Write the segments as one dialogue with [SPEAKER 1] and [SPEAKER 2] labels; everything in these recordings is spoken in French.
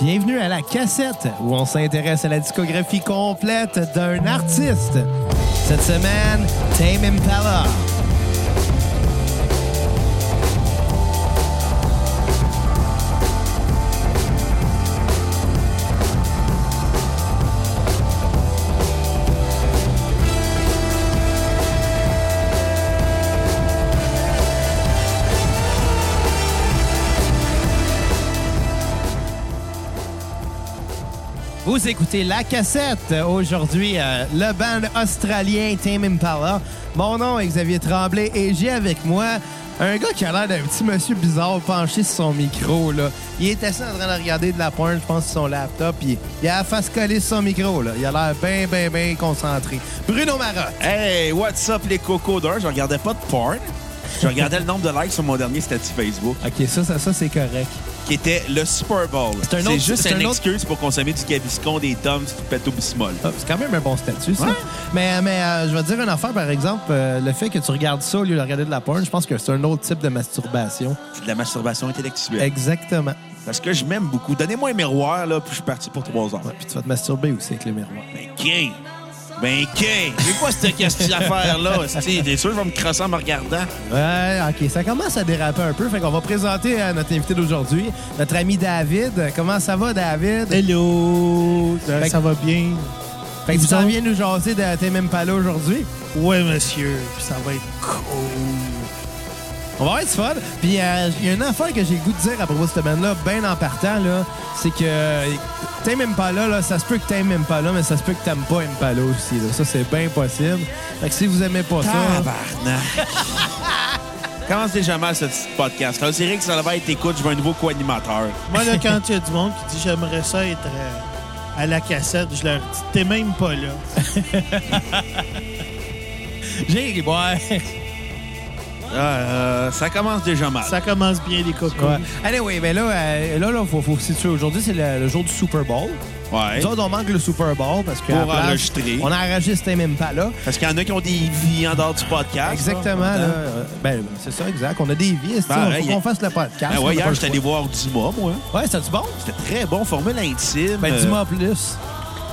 [SPEAKER 1] Bienvenue à la cassette où on s'intéresse à la discographie complète d'un artiste. Cette semaine, Tame Impala. Vous écoutez La Cassette. Aujourd'hui, euh, le band australien Tame Impala. Mon nom est Xavier Tremblay et j'ai avec moi un gars qui a l'air d'un petit monsieur bizarre penché sur son micro. Là. Il est assis en train de regarder de la pointe, je pense, sur son laptop. puis il a la face collée sur son micro. Là. Il a l'air bien, bien, bien concentré. Bruno Marotte.
[SPEAKER 2] Hey, what's up les cocodeurs? Je regardais pas de porn. Je regardais le nombre de likes sur mon dernier statut Facebook,
[SPEAKER 1] OK, ça, ça, ça c'est correct.
[SPEAKER 2] qui était le Super Bowl.
[SPEAKER 1] C'est un autre-
[SPEAKER 2] juste
[SPEAKER 1] c'est
[SPEAKER 2] une
[SPEAKER 1] un autre-
[SPEAKER 2] excuse pour consommer du cabiscon, des toms, du péto bismol.
[SPEAKER 1] Ah, C'est quand même un bon statut, ça.
[SPEAKER 2] Ouais.
[SPEAKER 1] Mais, mais euh, je vais te dire une affaire, par exemple, euh, le fait que tu regardes ça au lieu de regarder de la porn, je pense que c'est un autre type de masturbation.
[SPEAKER 2] C'est de la masturbation intellectuelle.
[SPEAKER 1] Exactement.
[SPEAKER 2] Parce que je m'aime beaucoup. Donnez-moi un miroir, là, puis je suis parti pour trois heures.
[SPEAKER 1] Puis tu vas te masturber aussi avec le miroir.
[SPEAKER 2] Ben, gay! Ben, gay! C'est quoi cette question d'affaire-là? esti? T'es sûr que je vais me crosser en me regardant?
[SPEAKER 1] Ouais, OK, ça commence à déraper un peu. Fait qu'on va présenter euh, notre invité d'aujourd'hui, notre ami David. Comment ça va, David?
[SPEAKER 3] Hello, ça,
[SPEAKER 1] Fait-
[SPEAKER 3] Ben, ça va bien?
[SPEAKER 1] fait que tu
[SPEAKER 3] vous
[SPEAKER 1] t'en
[SPEAKER 3] en-
[SPEAKER 1] viens nous jaser de T'es même pas là aujourd'hui.
[SPEAKER 3] Ouais, monsieur, ça va être cool.
[SPEAKER 1] On va avoir du fun. Puis euh, il y a une affaire que j'ai le goût de dire à propos de cette bande-là, bien en partant, là, c'est que t'aimes Impala, là, ça se peut que t'aimes Impala, mais ça se peut que t'aimes pas Impala aussi. Là. Ça, c'est bien possible. Fait que si vous aimez pas ça...
[SPEAKER 2] Tabarnak! Commence déjà mal ce petit podcast. On dirait que ça va être t'écoutes, je veux un nouveau co-animateur.
[SPEAKER 3] Moi, là, quand il y a du monde qui dit j'aimerais ça être euh, à la cassette, je leur dis t'es même pas là.
[SPEAKER 1] J'ai... Ouais.
[SPEAKER 2] Euh, ça commence déjà mal.
[SPEAKER 3] Ça commence bien, les cocos.
[SPEAKER 1] Ouais. Anyway, mais là, euh, là, là, faut, faut se situer. Aujourd'hui, c'est le, le jour du Super Bowl.
[SPEAKER 2] Ouais.
[SPEAKER 1] Nous autres, on manque le Super Bowl parce que.
[SPEAKER 2] Pour
[SPEAKER 1] à la place,
[SPEAKER 2] enregistrer.
[SPEAKER 1] On enregistre même pas là.
[SPEAKER 2] Parce qu'il y en a qui ont des vies en dehors du podcast.
[SPEAKER 1] Exactement, là. euh, Ben, c'est ça, exact. On a des vies. c'est-tu,
[SPEAKER 2] Ben,
[SPEAKER 1] on-
[SPEAKER 2] ouais,
[SPEAKER 1] faut
[SPEAKER 2] y a-
[SPEAKER 1] qu'on fasse le podcast. on
[SPEAKER 2] Ben
[SPEAKER 1] a pas
[SPEAKER 2] ouais, hier,
[SPEAKER 1] le
[SPEAKER 2] j'étais allé
[SPEAKER 1] choix.
[SPEAKER 2] voir Dumas, moi.
[SPEAKER 1] Ouais, c'est-tu bon?
[SPEAKER 2] C'était très bon, formule intime.
[SPEAKER 1] Ben,
[SPEAKER 2] Euh,
[SPEAKER 1] dis-moi en plus.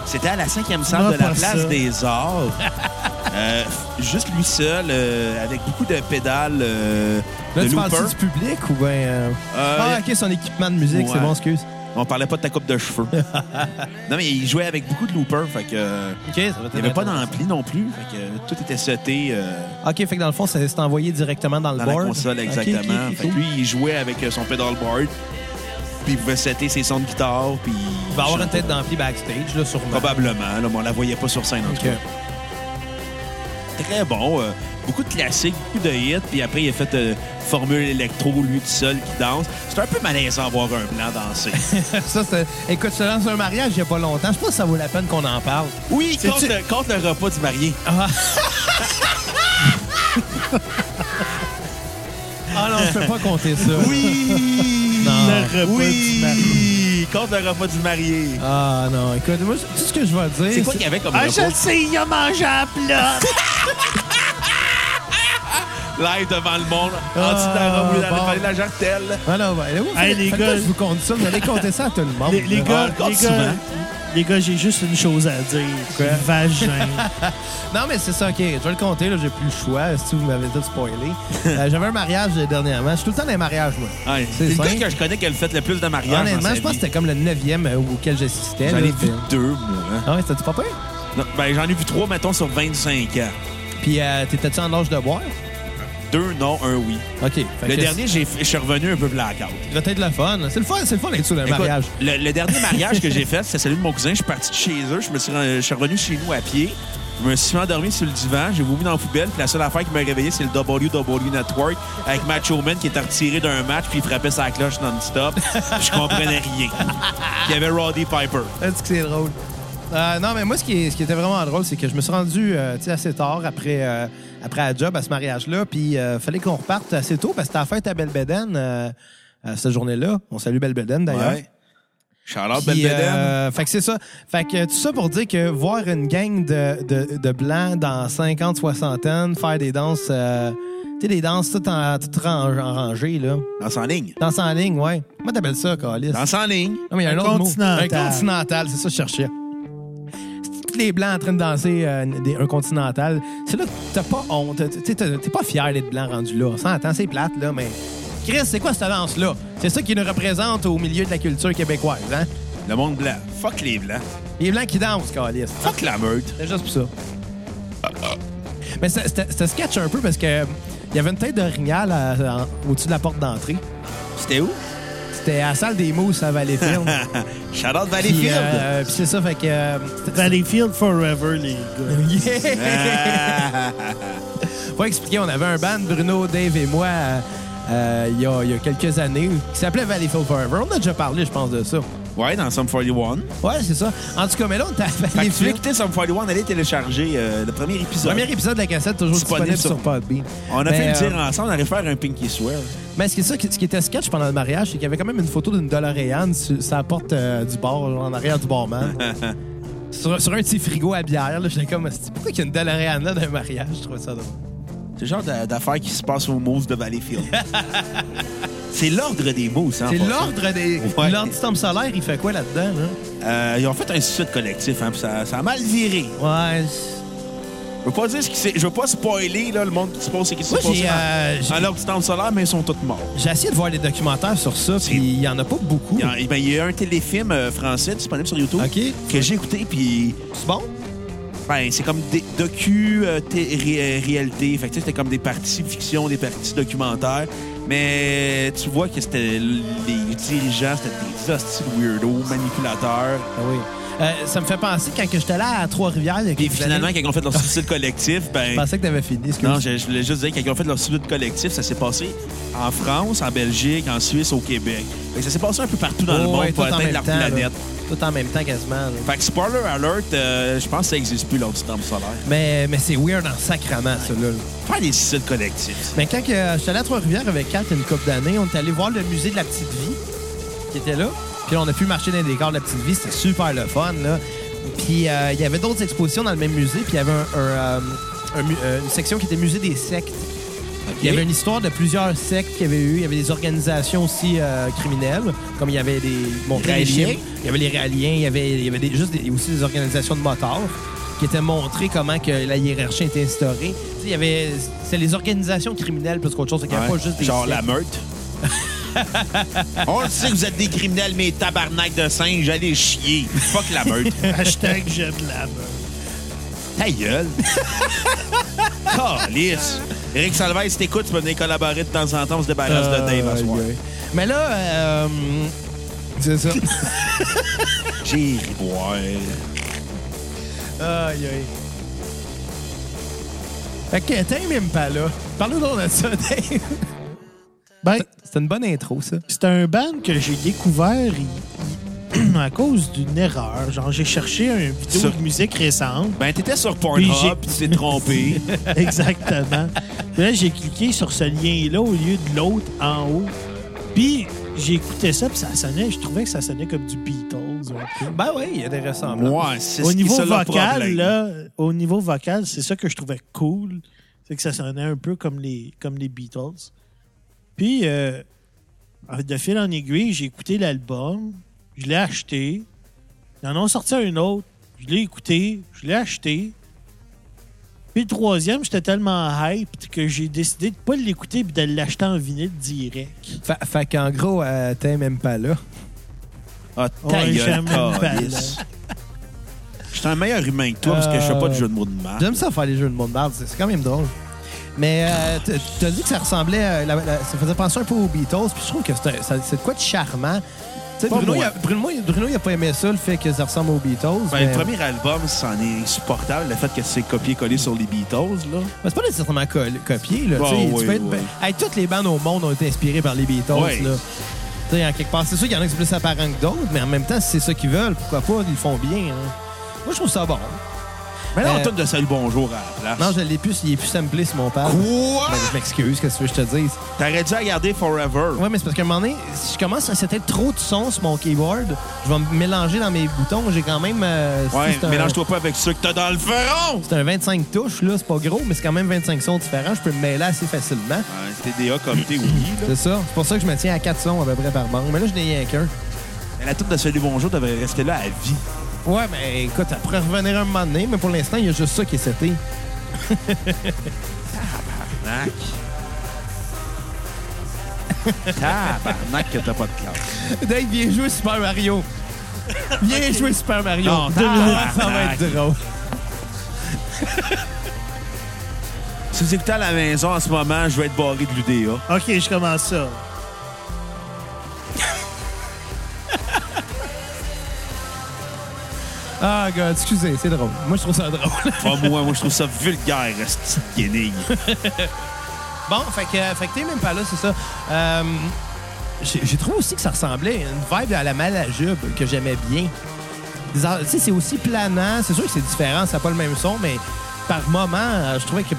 [SPEAKER 2] C'était à la cinquième salle de la
[SPEAKER 3] pas
[SPEAKER 2] place
[SPEAKER 3] ça.
[SPEAKER 2] des arts. Euh, juste lui seul, euh, avec beaucoup de pédales euh,
[SPEAKER 1] Là,
[SPEAKER 2] de
[SPEAKER 1] tu
[SPEAKER 2] looper.
[SPEAKER 1] parles du public ou ben. euh,
[SPEAKER 2] Euh,
[SPEAKER 1] ah, ok, son équipement de musique, c'est
[SPEAKER 2] Ouais.
[SPEAKER 1] bon, excuse.
[SPEAKER 2] On parlait pas de ta coupe de cheveux. non, mais il jouait avec beaucoup de loopers. Fait que, euh,
[SPEAKER 1] Ok, ça va
[SPEAKER 2] il n'y avait pas d'ampli non plus. Fait que, euh, tout était sauté euh,
[SPEAKER 1] Ok, fait que dans le fond, c'est c'est envoyé directement dans le
[SPEAKER 2] dans
[SPEAKER 1] board.
[SPEAKER 2] la console,
[SPEAKER 1] Ok, ok,
[SPEAKER 2] exactement.
[SPEAKER 1] ok,
[SPEAKER 2] Fait que
[SPEAKER 1] cool.
[SPEAKER 2] lui, il jouait avec euh, son pedalboard. Puis il pouvait setter ses sons de guitare. Puis
[SPEAKER 1] Il va avoir une tête d'ampli backstage, là, sûrement.
[SPEAKER 2] Probablement, là, mais on la voyait pas sur scène en
[SPEAKER 1] Ok.
[SPEAKER 2] tout cas. Très bon. euh, beaucoup de classiques, beaucoup de hits, puis après il a fait euh, formule électro, lui tout seul qui danse. C'est un peu malaisant voir un blanc danser.
[SPEAKER 1] Ça, c'est... Écoute, je te lance un mariage il n'y a pas longtemps. Je pense que ça vaut la peine qu'on en parle.
[SPEAKER 2] Oui,
[SPEAKER 1] C'est-tu-
[SPEAKER 2] contre, le- contre le repas du marié.
[SPEAKER 1] Ah non, je peux pas compter ça.
[SPEAKER 2] Oui!
[SPEAKER 1] Non.
[SPEAKER 3] Le repas
[SPEAKER 2] oui!
[SPEAKER 3] du marié.
[SPEAKER 2] Contre le repas du marié.
[SPEAKER 1] Ah non, écoute, moi, je- tout ce que je vais dire...
[SPEAKER 2] C'est quoi qu'il y avait comme
[SPEAKER 3] Ah, je
[SPEAKER 2] repas?
[SPEAKER 3] le sais, il a mangé à plat.
[SPEAKER 2] Live devant le monde, en
[SPEAKER 1] Ah,
[SPEAKER 2] dessous de la robe, dans
[SPEAKER 1] bon.
[SPEAKER 2] le palais de la jartelle.
[SPEAKER 1] Ah non, ben, là, vous,
[SPEAKER 3] Hey,
[SPEAKER 1] faites-
[SPEAKER 3] les
[SPEAKER 1] faites pas
[SPEAKER 3] gars-
[SPEAKER 1] que je vous compte ça, vous allez compter ça à tout le monde.
[SPEAKER 3] les, les
[SPEAKER 1] là.
[SPEAKER 3] gars,
[SPEAKER 2] encore
[SPEAKER 3] les
[SPEAKER 2] souvent.
[SPEAKER 3] gars, les gars, j'ai juste une chose à dire.
[SPEAKER 1] Quoi?
[SPEAKER 3] Vagin.
[SPEAKER 1] Non, mais c'est ça, OK. Je vais le compter, là, j'ai plus le choix, si vous m'avez tout spoilé. Euh, j'avais un mariage euh, dernièrement. Je suis tout le temps dans les mariages, moi.
[SPEAKER 2] Ah,
[SPEAKER 1] C'est
[SPEAKER 2] c'est le
[SPEAKER 1] simple.
[SPEAKER 2] gars que je connais qui a le fait le plus de mariages. Ah, dans
[SPEAKER 1] Honnêtement,
[SPEAKER 2] sa
[SPEAKER 1] je pense que
[SPEAKER 2] vie.
[SPEAKER 1] c'était comme le neuvième euh, auquel j'assistais.
[SPEAKER 2] J'en
[SPEAKER 1] là,
[SPEAKER 2] ai vu
[SPEAKER 1] puis-
[SPEAKER 2] deux, moi. hein.
[SPEAKER 1] Ah ouais, c'était-tu pas peur?
[SPEAKER 2] Non, ben, j'en ai vu trois, mettons, sur 25 ans.
[SPEAKER 1] Puis euh, t'étais-tu en âge de boire?
[SPEAKER 2] OK.
[SPEAKER 1] Fait
[SPEAKER 2] le
[SPEAKER 1] que
[SPEAKER 2] dernier, j'ai- je suis revenu un peu blackout.
[SPEAKER 1] Ça doit être le fun. C'est le fun, c'est le fun d'être sous le
[SPEAKER 2] Écoute,
[SPEAKER 1] mariage.
[SPEAKER 2] le, le dernier mariage que j'ai fait, c'est celui de mon cousin. Je suis parti de chez eux. Je me suis, ren- je suis revenu chez nous à pied. Je me suis endormi sur le divan. J'ai vomi dans la poubelle. Puis la seule affaire qui m'a réveillé, c'est le WW Network avec Macho Man qui était retiré d'un match puis il frappait sa cloche non-stop. je comprenais rien. Puis il y avait Roddy Piper.
[SPEAKER 1] Est-ce que c'est drôle? Euh, non, mais moi, ce qui, est- ce qui était vraiment drôle, c'est que je me suis rendu euh, tu sais, assez tard après, euh, après la job, à ce mariage-là. Puis, euh, fallait qu'on reparte assez tôt parce que c'était la fête à Belbédène euh, euh, cette journée-là. On salue Belbédène, d'ailleurs.
[SPEAKER 2] Charlotte
[SPEAKER 1] Puis,
[SPEAKER 2] Belbeden.
[SPEAKER 1] euh, fait que c'est ça. Fait que euh, tout ça pour dire que voir une gang de, de, de blancs dans 50, 60 ans faire des danses, euh, tu sais, des danses toutes en, toutes ran- en rangée, là.
[SPEAKER 2] Danse en ligne.
[SPEAKER 1] Danse en ligne, ouais. Comment t'appelles ça, Calis?
[SPEAKER 2] Danse en ligne.
[SPEAKER 1] Non, mais il y a un,
[SPEAKER 3] Un
[SPEAKER 1] autre mot.
[SPEAKER 3] continental.
[SPEAKER 1] Un continental, c'est ça que je cherchais. C'est tous les blancs en train de danser euh, des- un continental. C'est là que t'as pas honte. Tu sais, T'es t'es pas fier d'être blanc rendu là. On s'entend, c'est plate, là, mais. Chris, c'est quoi cette danse-là? C'est ça qui nous représente au milieu de la culture québécoise, hein?
[SPEAKER 2] Le monde blanc. Fuck les blancs.
[SPEAKER 1] Les blancs qui dansent, Calis.
[SPEAKER 2] Fuck la meute.
[SPEAKER 1] C'est juste pour ça. Mais c'était- c'était c'était sketch un peu parce que euh, il y avait une tête d'orignal à- en- au-dessus de la porte d'entrée.
[SPEAKER 2] C'était où?
[SPEAKER 1] C'était à la salle des mousses à Valleyfield.
[SPEAKER 2] Shout out
[SPEAKER 1] Puis,
[SPEAKER 2] Valleyfield.
[SPEAKER 1] euh, puis c'est ça, fait que... euh, c'était-
[SPEAKER 3] Valleyfield Forever, les gars.
[SPEAKER 1] Yeah!
[SPEAKER 2] Ah,
[SPEAKER 1] Faut expliquer, on avait un band, Bruno, Dave et moi, euh, euh, il y, a, il y a quelques années, qui s'appelait Valleyfield Forever. On a déjà parlé, je pense, de ça.
[SPEAKER 2] ouais, dans Sum 41.
[SPEAKER 1] Ouais, c'est ça. En tout cas, mais là, on était à
[SPEAKER 2] Fait que tu veux
[SPEAKER 1] Valleyfield.
[SPEAKER 2] écouter Sum 41, allez télécharger euh, le premier épisode.
[SPEAKER 1] Premier épisode de la cassette, toujours
[SPEAKER 2] Disponible
[SPEAKER 1] disponible
[SPEAKER 2] sur-
[SPEAKER 1] sur Podbean.
[SPEAKER 2] On a
[SPEAKER 1] Mais,
[SPEAKER 2] fait le
[SPEAKER 1] euh,
[SPEAKER 2] tir ensemble, on allait faire un Pinky Swear.
[SPEAKER 1] Mais ce qui, ça, qui- ce qui était sketch pendant le mariage, c'est qu'il y avait quand même une photo d'une DeLorean sur, sur la porte euh, du bar, genre, en arrière du barman. sur, sur un petit frigo à bière, là, j'étais comme, Asti, pourquoi il y a une DeLorean là d'un mariage? Je trouvais ça drôle.
[SPEAKER 2] C'est le genre d'a- d'affaires qui se passe aux moves de Valleyfield. C'est l'ordre des moves, hein, en
[SPEAKER 1] C'est
[SPEAKER 2] passant.
[SPEAKER 1] l'ordre des.
[SPEAKER 2] Ouais.
[SPEAKER 1] L'ordre du temple solaire, il fait quoi là-dedans? là?
[SPEAKER 2] Euh, ils ont fait un suicide collectif, hein, puis ça, ça a mal viré.
[SPEAKER 1] Ouais. c'est-
[SPEAKER 2] Je veux pas dire ce qui s'est- Je veux pas spoiler là, le monde qui se pose ce qui s'est
[SPEAKER 1] Moi,
[SPEAKER 2] passé
[SPEAKER 1] j'ai, euh,
[SPEAKER 2] dans,
[SPEAKER 1] j'ai-
[SPEAKER 2] dans l'ordre du temps solaire, mais ils sont tous morts.
[SPEAKER 1] J'ai essayé de voir les documentaires sur ça, puis il y en a pas beaucoup.
[SPEAKER 2] Il y, a, ben, il y a un téléfilm euh, français disponible sur YouTube
[SPEAKER 1] OK.
[SPEAKER 2] que j'ai écouté, puis
[SPEAKER 1] C'est bon?
[SPEAKER 2] ben, c'est comme des docu euh, té- ré- réalité. Fait que tu sais, c'était comme des parties fiction, des parties documentaires. Mais tu vois que c'était les dirigeants, c'était des hostiles weirdos, manipulateurs.
[SPEAKER 1] Ah oui. Euh, ça me fait penser quand que j'étais là à Trois-Rivières. il y a
[SPEAKER 2] Puis
[SPEAKER 1] quelques
[SPEAKER 2] finalement,
[SPEAKER 1] années,
[SPEAKER 2] quand ils ont fait leur suicide collectif,
[SPEAKER 1] je
[SPEAKER 2] ben.
[SPEAKER 1] pensais que t'avais fini. excuse.
[SPEAKER 2] Non, je, je voulais juste dire qu'ils ont fait leur suicide collectif, ça s'est passé en France, en Belgique, en Suisse, au Québec. Fait que ça s'est passé un peu partout dans le
[SPEAKER 1] Oh,
[SPEAKER 2] monde
[SPEAKER 1] ouais,
[SPEAKER 2] pour
[SPEAKER 1] tout en
[SPEAKER 2] atteindre
[SPEAKER 1] même
[SPEAKER 2] la
[SPEAKER 1] temps, là.
[SPEAKER 2] planète.
[SPEAKER 1] Tout en même temps, quasiment. là.
[SPEAKER 2] Fait que spoiler alert, euh, je pense que ça n'existe plus l'ordre du temple solaire.
[SPEAKER 1] Mais, mais c'est weird en sacrament, ça, là.
[SPEAKER 2] Faire des suicides collectifs.
[SPEAKER 1] Mais quand que, euh, j'étais allé à Trois-Rivières avec Kat une couple d'années, on est allé voir le musée de la petite vie qui était là. Puis là, on a pu marcher dans les décors de la petite vie. C'était super le fun, là. Puis euh, il y avait d'autres expositions dans le même musée. Puis il y avait un- un, euh, un mu- euh, une section qui était musée des sectes. Il y avait une histoire de plusieurs sectes qu'il y avait eu. Il y avait des organisations aussi euh, criminelles, comme il y avait des montrait des
[SPEAKER 2] Réaliens.
[SPEAKER 1] chiffres. Il y avait les réaliens, il y avait, il y avait des- juste des- aussi des organisations de motards qui étaient montrées comment que la hiérarchie était instaurée. Tu sais, Il y avait, c'est les organisations criminelles plus qu'autre chose. Il n'y avait
[SPEAKER 2] Ouais.
[SPEAKER 1] pas juste des
[SPEAKER 2] Genre
[SPEAKER 1] sectes.
[SPEAKER 2] la meute. On le sait que vous êtes des criminels, mais tabarnak de singe, allez chier. Fuck la meute.
[SPEAKER 3] Hashtag j'aime la meuf.
[SPEAKER 2] Ta gueule. Calice. Eric Salvaire, si t'écoutes, tu peux venir collaborer de temps en temps, on se débarrasse de Dave à
[SPEAKER 1] Euh,
[SPEAKER 2] soir.
[SPEAKER 1] ouais. Mais là, euh, c'est ça.
[SPEAKER 2] J'ai ri. Ouais.
[SPEAKER 1] Aïe, aïe. Fait que t'aimes même pas là. Parle-nous donc de ça, Dave.
[SPEAKER 3] Ben,
[SPEAKER 1] C'est une bonne intro, ça.
[SPEAKER 3] c'est un band que j'ai découvert il- il- à cause d'une erreur. Genre, j'ai cherché une vidéo
[SPEAKER 2] Sur-
[SPEAKER 3] de musique récente.
[SPEAKER 2] Ben, t'étais sur
[SPEAKER 3] Puis j'ai-
[SPEAKER 2] Pornhub, puis tu t'es trompé.
[SPEAKER 3] Exactement. Puis là, j'ai cliqué sur ce lien-là au lieu de l'autre en haut. Puis j'ai écouté ça, puis ça sonnait. Je trouvais que ça sonnait comme du Beatles. un peu.
[SPEAKER 1] Ben oui, il y a des ressemblances.
[SPEAKER 2] ouais, c'est ce
[SPEAKER 3] Au
[SPEAKER 2] qui-
[SPEAKER 3] niveau
[SPEAKER 2] c'est le
[SPEAKER 3] vocal,
[SPEAKER 2] problème.
[SPEAKER 3] là, au niveau vocal, c'est ça que je trouvais cool. C'est que ça sonnait un peu comme les, comme les Beatles. Puis, euh, de fil en aiguille, j'ai écouté l'album. Je l'ai acheté. Ils en ont sorti un autre. Je l'ai écouté. Je l'ai acheté. Puis le troisième, j'étais tellement hyped que j'ai décidé de pas l'écouter et de l'acheter en vinyle direct.
[SPEAKER 1] Fa- fait qu'en gros, euh, t'aimes même pas là.
[SPEAKER 2] Ah, ta
[SPEAKER 3] Ouais,
[SPEAKER 2] gueule,
[SPEAKER 3] j'aime pas,
[SPEAKER 2] calice. Je suis un meilleur humain que toi, parce que je fais pas de jeu de mots de marde.
[SPEAKER 1] J'aime ça faire les jeux de monde barde, c'est c'est quand même drôle. Mais euh, t- t'as dit que ça ressemblait, euh, la- la- ça faisait penser un peu aux Beatles, puis je trouve que c'est un- ça- c'est de quoi de charmant. Tu sais,
[SPEAKER 2] Pas
[SPEAKER 1] Bruno, il
[SPEAKER 2] moi.
[SPEAKER 1] a, Bruno, il- Bruno, il a pas aimé ça, le fait que ça ressemble aux Beatles.
[SPEAKER 2] Ben,
[SPEAKER 1] mais-
[SPEAKER 2] le premier album, c'en est insupportable, le fait que c'est copié-collé sur les Beatles, là.
[SPEAKER 1] Mais C'est pas nécessairement col- copié. Là,
[SPEAKER 2] Bon,
[SPEAKER 1] tu sais, tu
[SPEAKER 2] Bah oui,
[SPEAKER 1] peux être- ben,
[SPEAKER 2] oui.
[SPEAKER 1] Hey, toutes les bandes au monde ont été inspirées par les Beatles.
[SPEAKER 2] Oui.
[SPEAKER 1] Là. Tu sais, en quelque part, c'est sûr qu'il y en a qui sont plus apparents que d'autres, mais en même temps, si c'est ça qu'ils veulent, pourquoi pas, ils le font bien. hein. Moi, je trouve ça bon.
[SPEAKER 2] Mais là,
[SPEAKER 1] Euh,
[SPEAKER 2] on tonne de salut bonjour à la place.
[SPEAKER 1] Non, je l'ai plus, il est plus samplé sur mon pad.
[SPEAKER 2] Quoi?
[SPEAKER 1] Ben, je m'excuse, qu'est-ce que tu veux que je te dise?
[SPEAKER 2] T'aurais dû la garder forever.
[SPEAKER 1] Ouais, mais c'est parce qu'à un moment donné, si je commence à c'était trop de son sur mon keyboard, je vais me mélanger dans mes boutons. J'ai quand même. euh, si
[SPEAKER 2] Ouais,
[SPEAKER 1] c'est un-
[SPEAKER 2] mélange-toi pas avec ceux que t'as dans le feron!
[SPEAKER 1] C'est un 25 touches, là, c'est pas gros, mais c'est quand même 25 sons différents. Je peux me mêler assez facilement.
[SPEAKER 2] Ouais, TDA comme t'es, oui. là.
[SPEAKER 1] C'est ça. C'est pour ça que je me tiens à 4 sons à peu près par bande. Mais là, je n'ai rien qu'un.
[SPEAKER 2] Mais la tourne de salut bonjour devrait rester là à vie.
[SPEAKER 1] Ouais, mais écoute, elle pourrait revenir un moment donné, mais pour l'instant, il y a juste ça qui est seté.
[SPEAKER 2] Tabarnak. Tabarnak que t'as pas de classe.
[SPEAKER 1] Dave, viens jouer Super Mario. Viens jouer Super Mario.
[SPEAKER 2] Non,
[SPEAKER 1] Deux minutes, ça va
[SPEAKER 2] tabarnak.
[SPEAKER 1] être drôle.
[SPEAKER 2] Si vous écoutez à la maison en ce moment, je vais être barré de l'UDA.
[SPEAKER 3] OK, je commence ça.
[SPEAKER 1] Ah, God, excusez, c'est drôle. Moi, je trouve ça drôle.
[SPEAKER 2] Pas moi, moi je trouve ça vulgaire, cette petite guenille.
[SPEAKER 1] Bon, fait que, fait que t'es même pas là, c'est ça. Euh, J'ai j'ai trouvé aussi que ça ressemblait à une vibe à la Malajube que j'aimais bien. Des ar- Tu sais, c'est aussi planant. C'est sûr que c'est différent, ça n'a pas le même son, mais par moment, euh, je trouvais que tu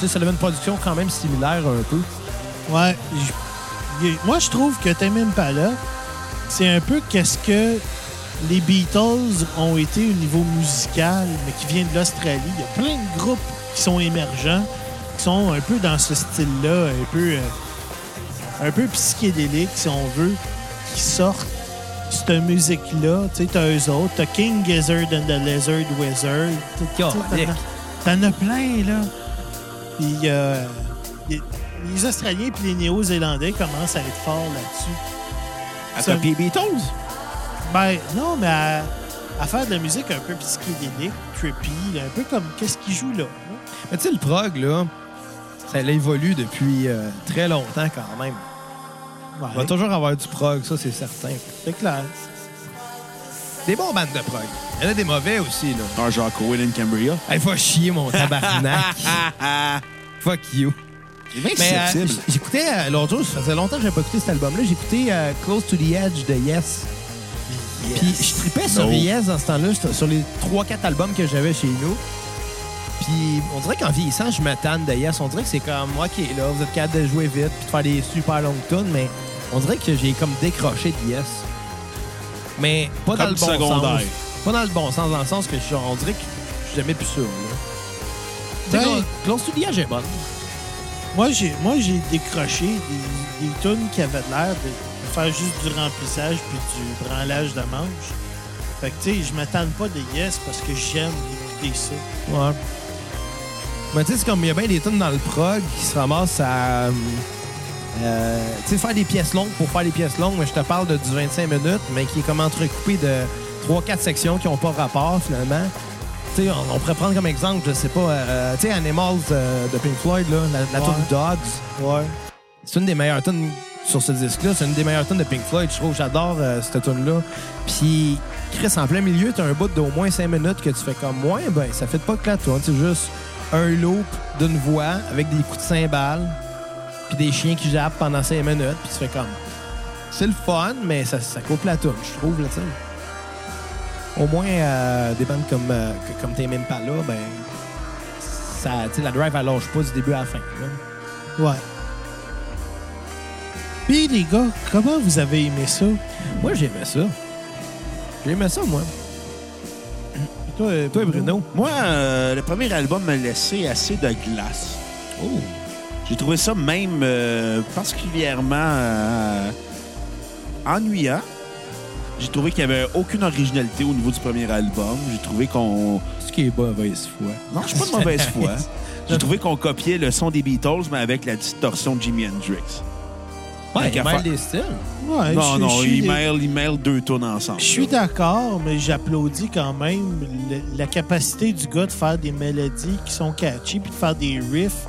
[SPEAKER 1] sais, ça avait une production quand même similaire un peu.
[SPEAKER 3] Ouais. je- y- Moi, je trouve que Tame Impala, c'est un peu qu'est-ce que les Beatles ont été au niveau musical, mais qui vient de l'Australie. Il y a plein de groupes qui sont émergents, qui sont un peu dans ce style-là, un peu, euh, un peu psychédélique, si on veut, qui sortent cette musique-là. Tu sais, t'as eux autres. T'as King Gizzard and the Lizard Wizard. Tu sais, t'en
[SPEAKER 1] Calique.
[SPEAKER 3] as- T'en as plein, là. Puis euh, y- les Australiens et les Néo-Zélandais commencent à être forts là-dessus.
[SPEAKER 2] À
[SPEAKER 3] Ça-
[SPEAKER 2] copier Beatles?
[SPEAKER 3] Ben, non, mais à, à faire de la musique un peu psychédélique, trippy, là, un peu comme qu'est-ce qu'ils jouent là. là.
[SPEAKER 1] Mais tu sais, le prog, là, ça évolue depuis euh, très longtemps quand même. On va
[SPEAKER 3] Ouais,
[SPEAKER 1] toujours avoir du prog, ça, c'est certain.
[SPEAKER 3] c'est clair.
[SPEAKER 1] Des bons bandes de prog. Il y en a des mauvais aussi, là.
[SPEAKER 2] Ah, Jacques Owen and Cambria.
[SPEAKER 1] Il va chier, mon tabarnak. Fuck you.
[SPEAKER 2] Mais
[SPEAKER 1] Mais euh,
[SPEAKER 2] susceptible.
[SPEAKER 1] j- j'écoutais euh, l'autre jour, ça faisait longtemps que j'avais pas écouté cet album-là, j'écoutais euh, Close to the Edge de Yes. Puis je tripais sur
[SPEAKER 2] No.
[SPEAKER 1] Yes dans ce temps-là, sur- sur les 3-4 albums que j'avais chez nous. Puis on dirait qu'en vieillissant, je me tanne de Yes. On dirait que c'est comme, OK, là, vous êtes capable de jouer vite puis de faire des super longues tunes, mais on dirait que j'ai comme décroché de Yes. Mais pas dans
[SPEAKER 2] Comme
[SPEAKER 1] le bon
[SPEAKER 2] secondaire.
[SPEAKER 1] sens. Pas dans le bon sens, dans le sens que je, on dirait que je suis jamais plus sûr. Là. Tu sais,
[SPEAKER 3] Ben-
[SPEAKER 1] Close to the Edge est bonne.
[SPEAKER 3] Moi, j'ai moi j'ai décroché des, des tunes qui avaient l'air de faire juste du remplissage puis du branlage de manche. Fait que, tu sais, je m'attends pas des yes parce que j'aime écouter ça.
[SPEAKER 1] Ouais. Mais tu sais, c'est comme il y a bien des tunes dans le prog qui se ramassent à. euh, euh, tu sais, faire des pièces longues pour faire des pièces longues, mais je te parle de du 25 minutes, mais qui est comme entrecoupé de 3-4 sections qui n'ont pas rapport finalement. Tu sais, on, on pourrait prendre comme exemple, je sais pas, euh, tu sais, Animals euh, de Pink Floyd, là, la, la
[SPEAKER 3] Ouais.
[SPEAKER 1] tune Dogs.
[SPEAKER 3] Ouais.
[SPEAKER 1] C'est une des meilleures tunes sur ce disque-là. C'est une des meilleures tunes de Pink Floyd, je trouve. J'adore euh, cette tune-là. Puis, Chris, en plein milieu, t'as un bout d'au moins 5 minutes que tu fais comme moi. Ben, ça fait pas que la tune. C'est juste un loop d'une voix avec des coups de cymbales, puis des chiens qui jappent pendant 5 minutes, puis tu fais comme. C'est le fun, mais ça, ça coupe la tune, je trouve, là, tu sais. Au moins, euh, des bandes comme, euh, que- comme T'es même pas là, ben. Ça, tu sais, la drive, elle lâche pas du début à la fin. là.
[SPEAKER 3] Ouais. Puis les gars, comment vous avez aimé ça?
[SPEAKER 1] Moi, j'aimais ça. J'aimais ça, moi.
[SPEAKER 3] Puis Toi, euh,
[SPEAKER 1] Toi, Bruno?
[SPEAKER 2] Moi, euh, le premier album m'a laissé assez de glace.
[SPEAKER 1] Oh.
[SPEAKER 2] J'ai trouvé ça même euh, particulièrement euh, ennuyant. J'ai trouvé qu'il n'y avait aucune originalité au niveau du premier album. J'ai trouvé qu'on.
[SPEAKER 1] Ce qui est mauvaise foi.
[SPEAKER 2] Non, je suis pas de mauvaise foi. J'ai trouvé qu'on copiait le son des Beatles, mais avec la distorsion de Jimi Hendrix.
[SPEAKER 1] Ouais,
[SPEAKER 2] Tant qu'à
[SPEAKER 1] il mêle
[SPEAKER 2] faire.
[SPEAKER 1] des styles.
[SPEAKER 3] Ouais,
[SPEAKER 2] non,
[SPEAKER 3] je-
[SPEAKER 2] non,
[SPEAKER 3] je suis-
[SPEAKER 2] il mêle, il mêle deux tonnes ensemble.
[SPEAKER 3] Je suis d'accord, mais j'applaudis quand même le- la capacité du gars de faire des mélodies qui sont catchy puis de faire des riffs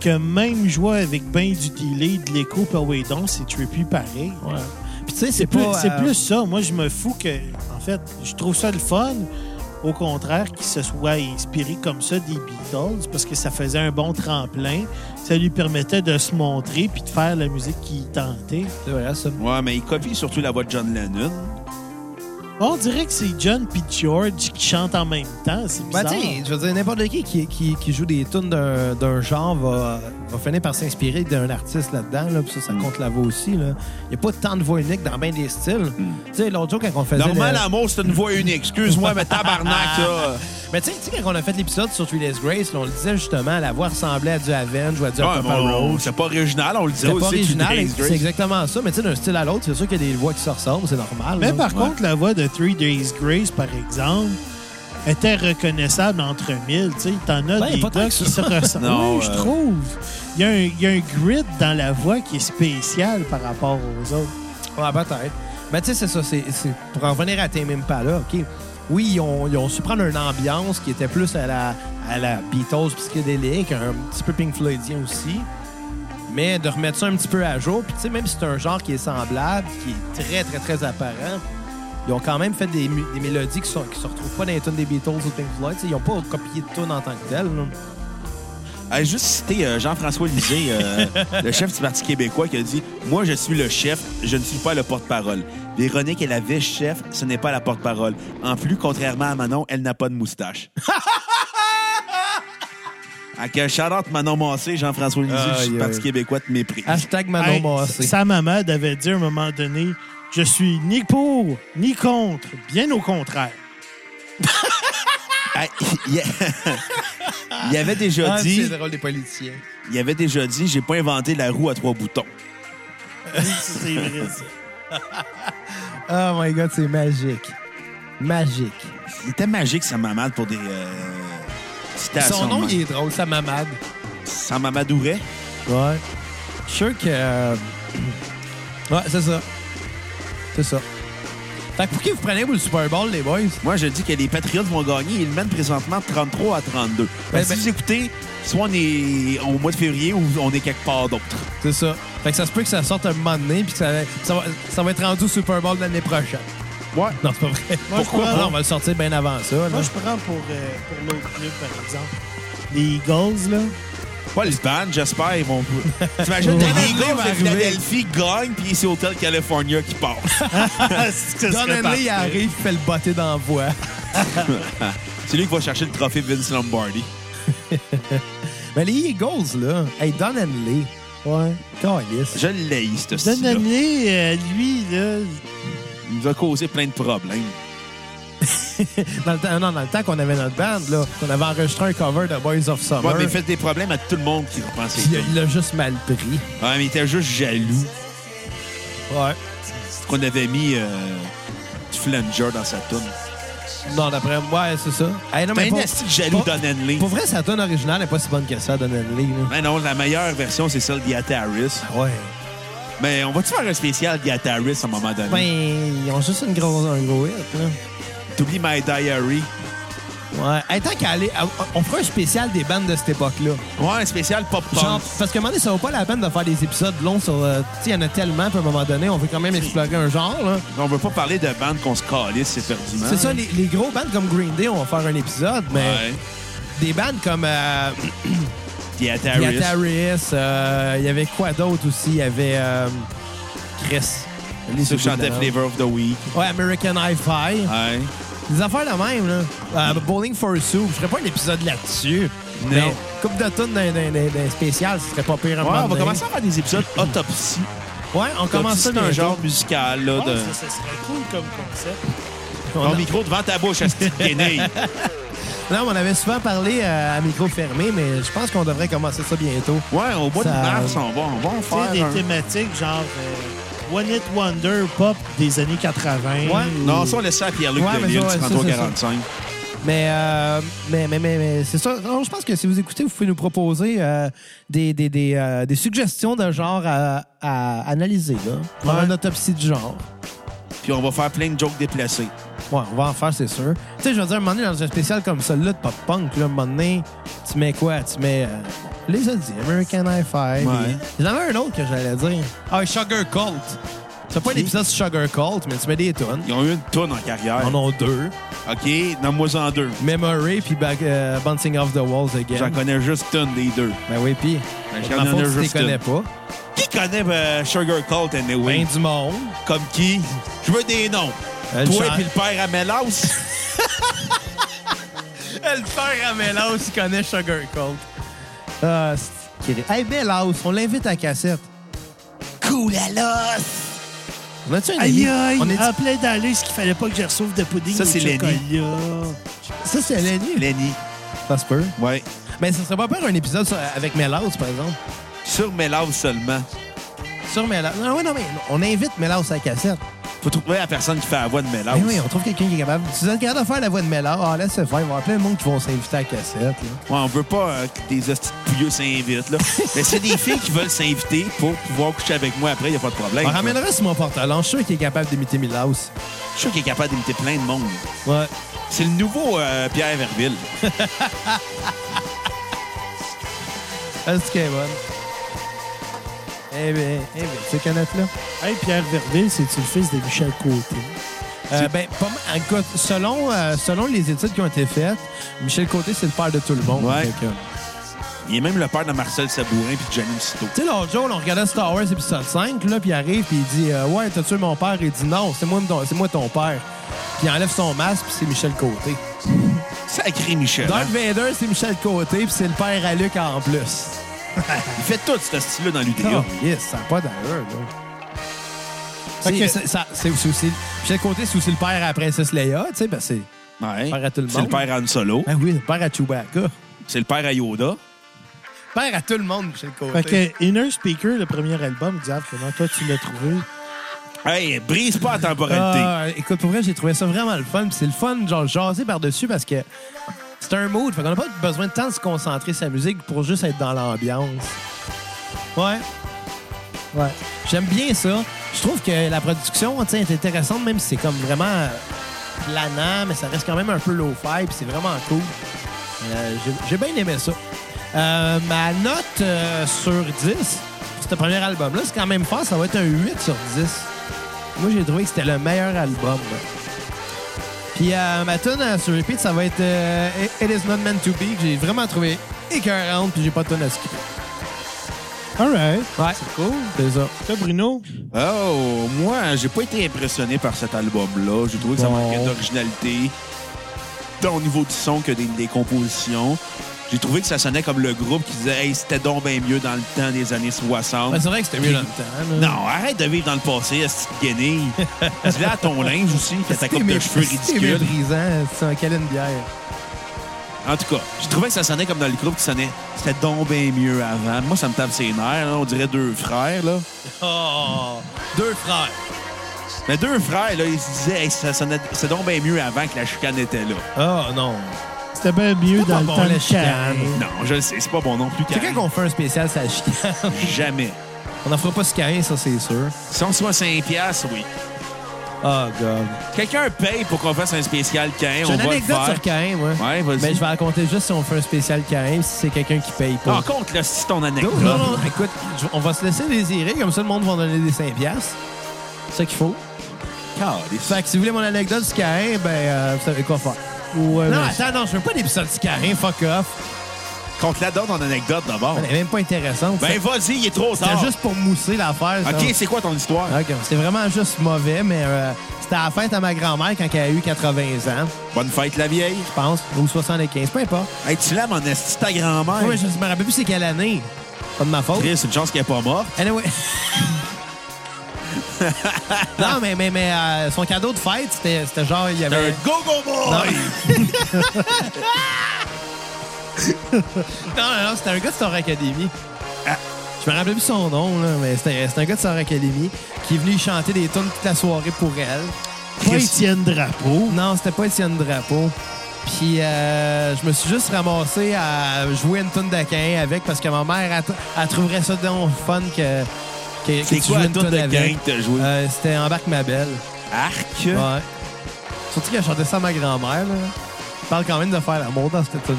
[SPEAKER 3] que même jouer avec ben du delay, de l'écho, puis ouais, donc c'est trippy pareil.
[SPEAKER 1] Ouais. Puis tu sais, c'est
[SPEAKER 3] C'est plus,
[SPEAKER 1] pas...
[SPEAKER 3] c'est
[SPEAKER 1] euh,
[SPEAKER 3] plus ça. Moi, je me fous que, en fait, je trouve ça le fun. Au contraire, qu'il se soit inspiré comme ça des Beatles, parce que ça faisait un bon tremplin. Ça lui permettait de se montrer puis de faire la musique qu'il tentait.
[SPEAKER 1] C'est vrai, ça.
[SPEAKER 2] Ouais, mais il copie surtout la voix de John Lennon.
[SPEAKER 3] On dirait que c'est John puis George qui chantent en même temps. C'est
[SPEAKER 1] Bah,
[SPEAKER 3] bizarre.
[SPEAKER 1] tu sais, je veux dire, n'importe qui qui, qui qui joue des tunes d'un d'un genre va, va finir par s'inspirer d'un artiste là-dedans. Là, puis ça,
[SPEAKER 2] Mm.
[SPEAKER 1] ça compte la voix aussi. Il n'y a pas tant de voix uniques dans bien des styles. Tu sais, l'autre jour, quand on faisait.
[SPEAKER 2] Mm. Normal,
[SPEAKER 1] le-
[SPEAKER 2] amour, c'est une voix unique. Excuse-moi, mais tabarnak, là.
[SPEAKER 1] Mais Ben, tu sais- tu sais, quand on a fait l'épisode sur Three Days Grace, là, on le disait justement, la voix ressemblait à du Avenge ou à du
[SPEAKER 2] Ouais,
[SPEAKER 1] Papa
[SPEAKER 2] mais on-
[SPEAKER 1] Roach.
[SPEAKER 2] c'est pas original, on le disait
[SPEAKER 1] C'est
[SPEAKER 2] aussi.
[SPEAKER 1] pas
[SPEAKER 2] tu
[SPEAKER 1] original,
[SPEAKER 2] dis,
[SPEAKER 1] c'est exactement ça. Mais tu sais, d'un style à l'autre, c'est sûr qu'il y a des voix qui se ressemblent, c'est normal.
[SPEAKER 3] Mais
[SPEAKER 1] là.
[SPEAKER 3] par contre, la voix de Three Days Grace, par exemple, était reconnaissable entre mille. Tu sais, t'en as
[SPEAKER 1] Ben,
[SPEAKER 3] des
[SPEAKER 1] pas tant
[SPEAKER 3] gars
[SPEAKER 1] que
[SPEAKER 3] qui se
[SPEAKER 1] ça.
[SPEAKER 3] ressemblent.
[SPEAKER 2] Non,
[SPEAKER 3] oui, je
[SPEAKER 2] euh,
[SPEAKER 3] trouve. Il y, a un- il y a un grit dans la voix qui est spécial par rapport aux autres.
[SPEAKER 1] Ouais, Ah, peut-être. Mais tu sais, c'est ça. c'est c'est- pour en revenir à Tame Impala, OK? Oui, ils ont, ils ont su prendre une ambiance qui était plus à la, à la Beatles psychédélique, un petit peu Pink Floydien aussi. Mais de remettre ça un petit peu à jour. Puis tu sais, même si c'est un genre qui est semblable, qui est très, très, très apparent, ils ont quand même fait des, mu- des mélodies qui sont, qui se retrouvent pas dans les tunes des Beatles ou de Pink Floyd. Tu sais, ils ont pas copié de tunes en tant que telles. là.
[SPEAKER 2] Ah, juste citer euh, Jean-François Lisée, euh, le chef du Parti québécois, qui a dit Moi, je suis le chef, je ne suis pas le porte-parole. Véronique est la vice-chef, ce n'est pas la porte-parole. En plus, contrairement à Manon, elle n'a pas de moustache. À quel shout-out Manon Massé, Jean-François Lisée,
[SPEAKER 1] Aïe,
[SPEAKER 2] je suis
[SPEAKER 1] aïe. Ah.
[SPEAKER 2] le Parti québécois de mépris.
[SPEAKER 1] Hashtag Manon
[SPEAKER 3] Hey,
[SPEAKER 1] Massé.
[SPEAKER 3] Sam Hamad avait dit à un moment donné Je suis ni pour, ni contre, bien au contraire.
[SPEAKER 2] Ah, il, y a- il avait déjà
[SPEAKER 1] Ah,
[SPEAKER 2] dit,
[SPEAKER 1] c'est drôle des politiciens.
[SPEAKER 2] il avait déjà dit, j'ai pas inventé la roue à trois boutons.
[SPEAKER 3] C'est vrai, ça.
[SPEAKER 1] Oh my God, c'est magique. Magique.
[SPEAKER 2] Il était magique, sa mamade, pour des euh, citations.
[SPEAKER 1] Son nom,
[SPEAKER 2] hein.
[SPEAKER 1] il est drôle, ça mamade.
[SPEAKER 2] Sans mamadouret.
[SPEAKER 1] Ouais. Je suis sûr que. euh, Ouais, c'est ça. C'est ça. Fait que pour qui vous prenez pour le Super Bowl, les boys?
[SPEAKER 2] Moi, je dis que les Patriots vont gagner. Ils le mènent présentement 33 à 32. Parce que
[SPEAKER 1] Ben,
[SPEAKER 2] si vous écoutez, soit on est au mois de février ou on est quelque part d'autre.
[SPEAKER 1] C'est ça. Fait que ça se peut que ça sorte un moment donné, puis que ça, ça, va, ça va être rendu au Super Bowl de l'année prochaine.
[SPEAKER 2] Ouais.
[SPEAKER 1] Non, c'est pas vrai.
[SPEAKER 3] Moi, je
[SPEAKER 1] Pourquoi?
[SPEAKER 3] prends-
[SPEAKER 1] Non, on va le sortir bien avant ça. là.
[SPEAKER 3] Moi, je prends pour, euh, pour l'autre club, par exemple. Les Eagles, là.
[SPEAKER 2] Pas le ban, j'espère. Ils vont. T'imagines,
[SPEAKER 1] Ouais.
[SPEAKER 2] les gars
[SPEAKER 1] Ouais.
[SPEAKER 2] de Philadelphie gagnent, puis c'est Hotel California qui part.
[SPEAKER 1] Don Henley, il arrive, il fait le botté d'envoi.
[SPEAKER 2] c'est lui qui va chercher le trophée Vince Lombardi.
[SPEAKER 1] Mais les Eagles, là, hey, Don Henley,
[SPEAKER 3] Ouais.
[SPEAKER 1] calice.
[SPEAKER 2] Je l'ai, ce style là
[SPEAKER 3] Donnelly, euh, lui, là,
[SPEAKER 2] Il nous a causé plein de problèmes.
[SPEAKER 1] Dans le temps, non, dans le temps qu'on avait notre band, là, qu'on avait enregistré un cover de Boys of Summer.
[SPEAKER 2] Ouais, mais il fait des problèmes à tout le monde qui repensait.
[SPEAKER 1] Puis il l'a juste mal pris.
[SPEAKER 2] Ouais, mais il était juste jaloux
[SPEAKER 1] Ouais.
[SPEAKER 2] qu'on avait mis euh, du flanger dans sa toune.
[SPEAKER 1] Non, d'après moi, ouais, c'est ça. Hey, non,
[SPEAKER 2] T'es
[SPEAKER 1] mais
[SPEAKER 2] un
[SPEAKER 1] pour,
[SPEAKER 2] asti de jaloux
[SPEAKER 1] pas-
[SPEAKER 2] Don Henley.
[SPEAKER 1] pour vrai, sa tonne originale n'est pas si bonne que ça, Don Henley. là.
[SPEAKER 2] Ben non, la meilleure version, c'est celle d'Yata Harris.
[SPEAKER 1] Ouais.
[SPEAKER 2] Mais on va-tu faire un spécial d'Yata Harris à un moment donné?
[SPEAKER 1] Ben, ils ont juste une grosse, un gros hit, là.
[SPEAKER 2] T'oublies My Diary.
[SPEAKER 1] Ouais. Hey, tant qu'à aller, on fera un spécial des bandes de cette époque-là.
[SPEAKER 2] Ouais, un spécial
[SPEAKER 1] Genre,
[SPEAKER 2] pop-punk.
[SPEAKER 1] parce que un moment donné, ça vaut pas la peine de faire des épisodes longs sur. euh, tu sais, il y en a tellement, puis à un moment donné, on veut quand même explorer un genre, là.
[SPEAKER 2] On veut pas parler de bandes qu'on se calisse, c'est perdument.
[SPEAKER 1] C'est ça, ben, les, les gros bands comme Green Day, on va faire un épisode, mais
[SPEAKER 2] Ouais.
[SPEAKER 1] des bands comme. euh,
[SPEAKER 2] Yata
[SPEAKER 1] Il y
[SPEAKER 2] Harris.
[SPEAKER 1] a Taris, euh, il y avait quoi d'autre aussi? Il y avait euh, Chris. Les
[SPEAKER 2] Ceux qui chantaient Flavor of the Week.
[SPEAKER 1] Ouais, American Hi-Fi.
[SPEAKER 2] Ouais.
[SPEAKER 1] Des affaires de même, là. Euh, Bowling for Soup. Je ferais pas un épisode là-dessus.
[SPEAKER 2] Non.
[SPEAKER 1] Mais Coupe de tonnes d'un, d'un- d'un- d'un spécial, ce serait pas pire à un
[SPEAKER 2] Ouais,
[SPEAKER 1] moment
[SPEAKER 2] on va
[SPEAKER 1] donné.
[SPEAKER 2] commencer à faire des épisodes autopsie.
[SPEAKER 1] Ouais, on commence
[SPEAKER 2] Autopsie,
[SPEAKER 1] ça
[SPEAKER 2] c'est un
[SPEAKER 1] bientôt.
[SPEAKER 2] genre musical, là.
[SPEAKER 3] ouais,
[SPEAKER 2] de...
[SPEAKER 3] ça, ça serait cool comme concept.
[SPEAKER 1] On
[SPEAKER 2] Ton
[SPEAKER 1] a-
[SPEAKER 2] micro devant ta bouche, asti de guenille.
[SPEAKER 1] Non, mais on avait souvent parlé euh, à micro fermé, mais je pense qu'on devrait commencer ça bientôt.
[SPEAKER 2] Ouais, au mois de
[SPEAKER 1] Ça-
[SPEAKER 2] mars, on va, on va en
[SPEAKER 3] Tu sais, des
[SPEAKER 2] faire un...
[SPEAKER 3] thématiques genre euh, One It Wonder Pop des années 80.
[SPEAKER 1] Ouais.
[SPEAKER 3] ou-
[SPEAKER 2] Non, ça, on laisse ça à Pierre-Luc
[SPEAKER 1] Ouais, mais
[SPEAKER 2] Delisle,
[SPEAKER 1] ça, ouais, ça, ça, ça.
[SPEAKER 2] 33-45.
[SPEAKER 1] Mais, euh, mais, mais, mais, mais c'est ça. Non, je pense que si vous écoutez, vous pouvez nous proposer euh, des, des, des, euh, des suggestions de genre à, à analyser. Là, Faire
[SPEAKER 3] Ouais.
[SPEAKER 1] une autopsie du genre.
[SPEAKER 2] Puis on va faire plein de jokes déplacés.
[SPEAKER 1] Ouais, on va en faire, c'est sûr. Tu sais, je veux dire, un moment donné, dans un spécial comme celui-là de pop-punk, là, un moment donné, tu mets quoi? Tu mets euh, les autres American Hi-Fi.
[SPEAKER 2] Ouais.
[SPEAKER 1] J'en avais un autre que j'allais dire. Ah, Sugar Cult. C'est pas un épisode sur Sugar Cult, mais tu mets des tonnes.
[SPEAKER 2] Ils ont eu une tonne en carrière.
[SPEAKER 1] En ont deux.
[SPEAKER 2] OK, nomme-moi en deux.
[SPEAKER 1] Memory puis Back- euh, Bouncing Off the Walls Again.
[SPEAKER 2] J'en connais juste une des deux.
[SPEAKER 1] Ben oui, puis...
[SPEAKER 2] Ben,
[SPEAKER 1] Ma faute, tu les connais pas.
[SPEAKER 2] Qui connaît euh, Sugar Cult,
[SPEAKER 1] Ben
[SPEAKER 2] anyway?
[SPEAKER 1] du monde.
[SPEAKER 2] Comme qui? Je veux des noms.
[SPEAKER 1] Ben, Euh, le
[SPEAKER 2] Toi
[SPEAKER 1] chan-
[SPEAKER 2] et puis le père à Mélasse.
[SPEAKER 1] Le père à Melhouse, il connaît Sugar Cold. Ah, c'est- qu'il est- Hey, Melhouse, on l'invite à la cassette.
[SPEAKER 2] cool à l'os.
[SPEAKER 1] On a-tu un ami?
[SPEAKER 3] Aïe, aïe,
[SPEAKER 1] On
[SPEAKER 3] on
[SPEAKER 1] est-
[SPEAKER 3] est en plein dans l'œil, ce qu'il fallait pas que je reçoive de pudding.
[SPEAKER 2] Ça,
[SPEAKER 3] au
[SPEAKER 2] c'est Lenny.
[SPEAKER 3] chocolat.
[SPEAKER 1] Ça, c'est Lenny.
[SPEAKER 2] Lenny.
[SPEAKER 1] Ça se peut.
[SPEAKER 2] Ouais.
[SPEAKER 1] Mais ce serait pas peur un épisode sur- avec Melhouse, par exemple.
[SPEAKER 2] Sur Mélasse seulement.
[SPEAKER 1] Sur Melhouse. Non, ouais, non, mais on invite Melhouse à la cassette.
[SPEAKER 2] Faut trouver la personne qui fait la voix de Mélasse.
[SPEAKER 1] Mais Ah oui, on trouve quelqu'un qui est capable. Si vous êtes capable de faire la voix de Melhouse, ah, laisse se faire. Il va y avoir plein de monde qui vont s'inviter à la cassette. là.
[SPEAKER 2] Ouais, on veut pas euh, que des hosties de pouilleux s'invitent, là. Mais c'est des filles qui veulent s'inviter pour pouvoir coucher avec moi après, y a pas de problème.
[SPEAKER 1] On ramènera Simon Portalon. Je suis sûr qu'il est capable d'imiter Milhouse.
[SPEAKER 2] Je suis sûr qu'il est capable d'imiter plein de monde.
[SPEAKER 1] Ouais.
[SPEAKER 2] C'est le nouveau euh, Pierre Verville.
[SPEAKER 1] Est-ce qu'elle est bonne? Eh bien, eh bien, ces canettes-là.
[SPEAKER 3] Hey, Pierre Verville, c'est-tu le fils de Michel Côté?
[SPEAKER 1] Euh, ben, pas mal- écoute, selon, euh, selon les études qui ont été faites, Michel Côté, c'est le père de tout le monde.
[SPEAKER 2] Ouais.
[SPEAKER 1] Fait que, euh,
[SPEAKER 2] Il est même le père de Marcel Sabourin puis de Johnny Cito.
[SPEAKER 1] Tu sais, l'autre jour, on regardait Star Wars épisode 5, là, puis il arrive, puis il dit euh, Ouais, t'as tué mon père. Il dit Non, c'est moi, mon- c'est moi ton père. Puis il enlève son masque, puis c'est Michel Côté.
[SPEAKER 2] Sacré Michel. hein?
[SPEAKER 1] Darth Vader, c'est Michel Côté, puis c'est le père à Luc en plus.
[SPEAKER 2] Il fait tout ce style-là dans l'UDA.
[SPEAKER 1] Oh, yes, ça n'a pas d'allure, là.
[SPEAKER 3] Fait que-
[SPEAKER 1] C'est- c'est- ça- c'est c'est aussi. Michel Côté, c'est aussi le père à la princesse Leia, tu sais, ben c'est.
[SPEAKER 2] Ouais.
[SPEAKER 1] Père à tout le
[SPEAKER 2] C'est le
[SPEAKER 1] monde.
[SPEAKER 2] père à Han Solo.
[SPEAKER 1] Ben oui, le père à Chewbacca.
[SPEAKER 2] C'est le père à Yoda.
[SPEAKER 1] Père à tout le monde, Michel Côté.
[SPEAKER 3] Fait que Inner Speaker, le premier album, Xav, comment toi tu l'as trouvé?
[SPEAKER 2] Hey, brise pas la temporalité.
[SPEAKER 1] Ah, écoute, pour vrai, j'ai trouvé ça vraiment le fun. Puis C'est le fun, genre, jaser par-dessus parce que c'est un mood. Fait qu'on n'a pas besoin de tant de se concentrer sur la musique pour juste être dans l'ambiance. Ouais. Ouais. J'aime bien ça. Je trouve que la production, tu sais, est intéressante, même si c'est comme vraiment euh, planant, mais ça reste quand même un peu low-fi, puis c'est vraiment cool. Euh, j'ai- j'ai bien aimé ça. Euh, ma note euh, sur 10 pour ce premier album-là, c'est quand même fort. Ça va être un 8 sur 10. Moi, j'ai trouvé que c'était le meilleur album. Puis euh, ma tune euh, sur repeat, ça va être euh, It Is Not Meant To Be, que j'ai vraiment trouvé écœurante, puis j'ai pas de tune à skipper.
[SPEAKER 3] All right.
[SPEAKER 1] Ouais. C'est cool. C'est ça.
[SPEAKER 3] Toi, Bruno?
[SPEAKER 2] Oh, moi, j'ai pas été impressionné par cet album-là. J'ai trouvé que ça
[SPEAKER 1] Bon.
[SPEAKER 2] manquait d'originalité, tant au niveau du son que des, des compositions. J'ai trouvé que ça sonnait comme le groupe qui disait Hey, c'était donc bien mieux dans le temps des années 60.
[SPEAKER 1] Ben, c'est vrai que c'était mieux dans le temps. là.
[SPEAKER 2] non, arrête de vivre dans le passé, est guenille. Dis-le à ton linge aussi, que ta
[SPEAKER 1] C'était
[SPEAKER 2] coupe de
[SPEAKER 1] mé-
[SPEAKER 2] cheveux
[SPEAKER 1] c'était
[SPEAKER 2] ridicule.
[SPEAKER 1] méprisant, c'est un câlin de bière.
[SPEAKER 2] En tout cas, j'ai trouvé que ça sonnait comme dans le groupe qui sonnait C'était donc bien mieux avant. Moi, ça me tape ses nerfs. là. On dirait deux frères, là.
[SPEAKER 1] Oh, deux frères.
[SPEAKER 2] Mais deux frères, là, ils se disaient Hey, ça sonnait- c'était donc bien mieux avant que la chicane était là.
[SPEAKER 1] Oh non.
[SPEAKER 3] C'était bien mieux
[SPEAKER 1] pas
[SPEAKER 3] dans le
[SPEAKER 1] bon,
[SPEAKER 3] temps
[SPEAKER 1] la
[SPEAKER 3] de
[SPEAKER 1] chicane.
[SPEAKER 3] Caïn.
[SPEAKER 2] Non, je le sais, c'est pas bon non plus.
[SPEAKER 1] C'est quand
[SPEAKER 2] Karine.
[SPEAKER 1] qu'on fait un spécial, ça chicane.
[SPEAKER 2] Jamais.
[SPEAKER 1] On n'en fera pas ce Caïn, ça, c'est sûr.
[SPEAKER 2] Si on se voit 5 piastres, oui.
[SPEAKER 1] Oh, God.
[SPEAKER 2] Quelqu'un paye pour qu'on fasse un spécial Cain,
[SPEAKER 1] J'ai
[SPEAKER 2] on
[SPEAKER 1] une
[SPEAKER 2] va le
[SPEAKER 1] anecdote
[SPEAKER 2] faire.
[SPEAKER 1] sur Caïn, moi.
[SPEAKER 2] Ouais, vas-y.
[SPEAKER 1] Mais je vais raconter juste si on fait un spécial Caïn, si c'est quelqu'un qui paye pas.
[SPEAKER 2] En compte, là, si ton anecdote.
[SPEAKER 1] Non, non, non, écoute, je- on va se laisser désirer, comme ça le monde va donner des 5 piastres. C'est ça qu'il faut.
[SPEAKER 2] Calisse.
[SPEAKER 1] Fait que si vous voulez mon anecdote du Caïn, ben, euh, vous savez quoi faire. Ben,
[SPEAKER 3] Ou, euh,
[SPEAKER 1] Non,
[SPEAKER 3] mais-
[SPEAKER 1] attends, non, je veux pas d'épisode du Caïn, fuck off.
[SPEAKER 2] Compte la donne ton anecdote d'abord.
[SPEAKER 1] Elle est même pas intéressante.
[SPEAKER 2] Ben
[SPEAKER 1] C'est-
[SPEAKER 2] vas-y, il est trop
[SPEAKER 1] C'était
[SPEAKER 2] tard.
[SPEAKER 1] juste pour mousser l'affaire. ça.
[SPEAKER 2] OK, c'est quoi ton histoire?
[SPEAKER 1] Ok, C'était vraiment juste mauvais, mais euh, c'était à la fête à ma grand-mère quand elle a eu 80 ans,
[SPEAKER 2] Bonne fête, la vieille.
[SPEAKER 1] je pense, ou 75, peu importe.
[SPEAKER 2] Hey, tu l'aimes en esti, ta grand-mère?
[SPEAKER 1] Ouais, je me rappelle plus c'est quelle année. Pas de ma faute.
[SPEAKER 2] Chris, c'est une chance qu'elle est pas morte.
[SPEAKER 1] Anyway. non, mais, mais, mais euh, son cadeau de fête, c'était c'était genre, il y
[SPEAKER 2] T'es un
[SPEAKER 1] avait...
[SPEAKER 2] go-go boy!
[SPEAKER 1] Non, non, non, c'était un gars de Star Academy.
[SPEAKER 2] Ah.
[SPEAKER 1] Je me rappelle plus son nom, là, mais c'était c'était un gars de Star Academy qui est venu chanter des tunes toute la soirée pour elle.
[SPEAKER 3] pas Étienne Drapeau.
[SPEAKER 1] Non, c'était pas Étienne Drapeau. Puis euh, je me suis juste ramassé à jouer une tune de Caïn avec parce que ma mère, elle, t- elle trouverait ça donc fun que, que, que
[SPEAKER 2] C'est
[SPEAKER 1] tu
[SPEAKER 2] quoi
[SPEAKER 1] joues
[SPEAKER 2] la
[SPEAKER 1] une
[SPEAKER 2] toune
[SPEAKER 1] toune
[SPEAKER 2] de
[SPEAKER 1] avec.
[SPEAKER 2] Caïn que t'as joué?
[SPEAKER 1] Euh, c'était Embarque ma belle.
[SPEAKER 2] Arc?
[SPEAKER 1] Ouais. Surtout qu'elle chantait ça à ma grand-mère. là. Je parle quand même de faire l'amour dans cette tune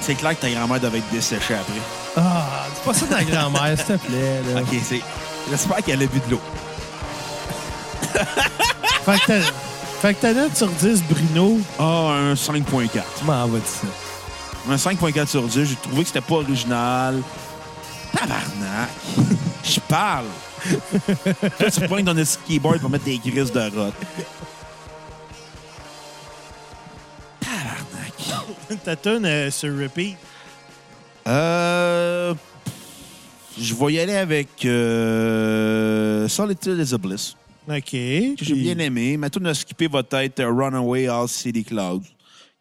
[SPEAKER 2] C'est clair que ta grand-mère devait être desséchée après.
[SPEAKER 1] Ah, dis pas ça à ta grand-mère, s'il te plaît. Là.
[SPEAKER 2] OK, c'est... J'espère qu'elle a bu de l'eau.
[SPEAKER 3] Fait que t'as- fait que ta note sur 10, Bruno,
[SPEAKER 2] Ah, un 5.4.
[SPEAKER 1] Tu m'en vas de ça.
[SPEAKER 2] Un 5.4 sur 10. J'ai trouvé que c'était pas original. Tabarnak. Je parle. Toi, tu pointes dans le skateboard pour mettre des grises de rock. Tabarnak.
[SPEAKER 3] Ta tune euh, sur repeat.
[SPEAKER 2] Euh. pff, Je vais y aller avec euh, Solitude is a Bliss,
[SPEAKER 3] OK.
[SPEAKER 2] que j'ai
[SPEAKER 3] puis-
[SPEAKER 2] bien aimé. Ma tune à skipper va être Runaway All City Clouds,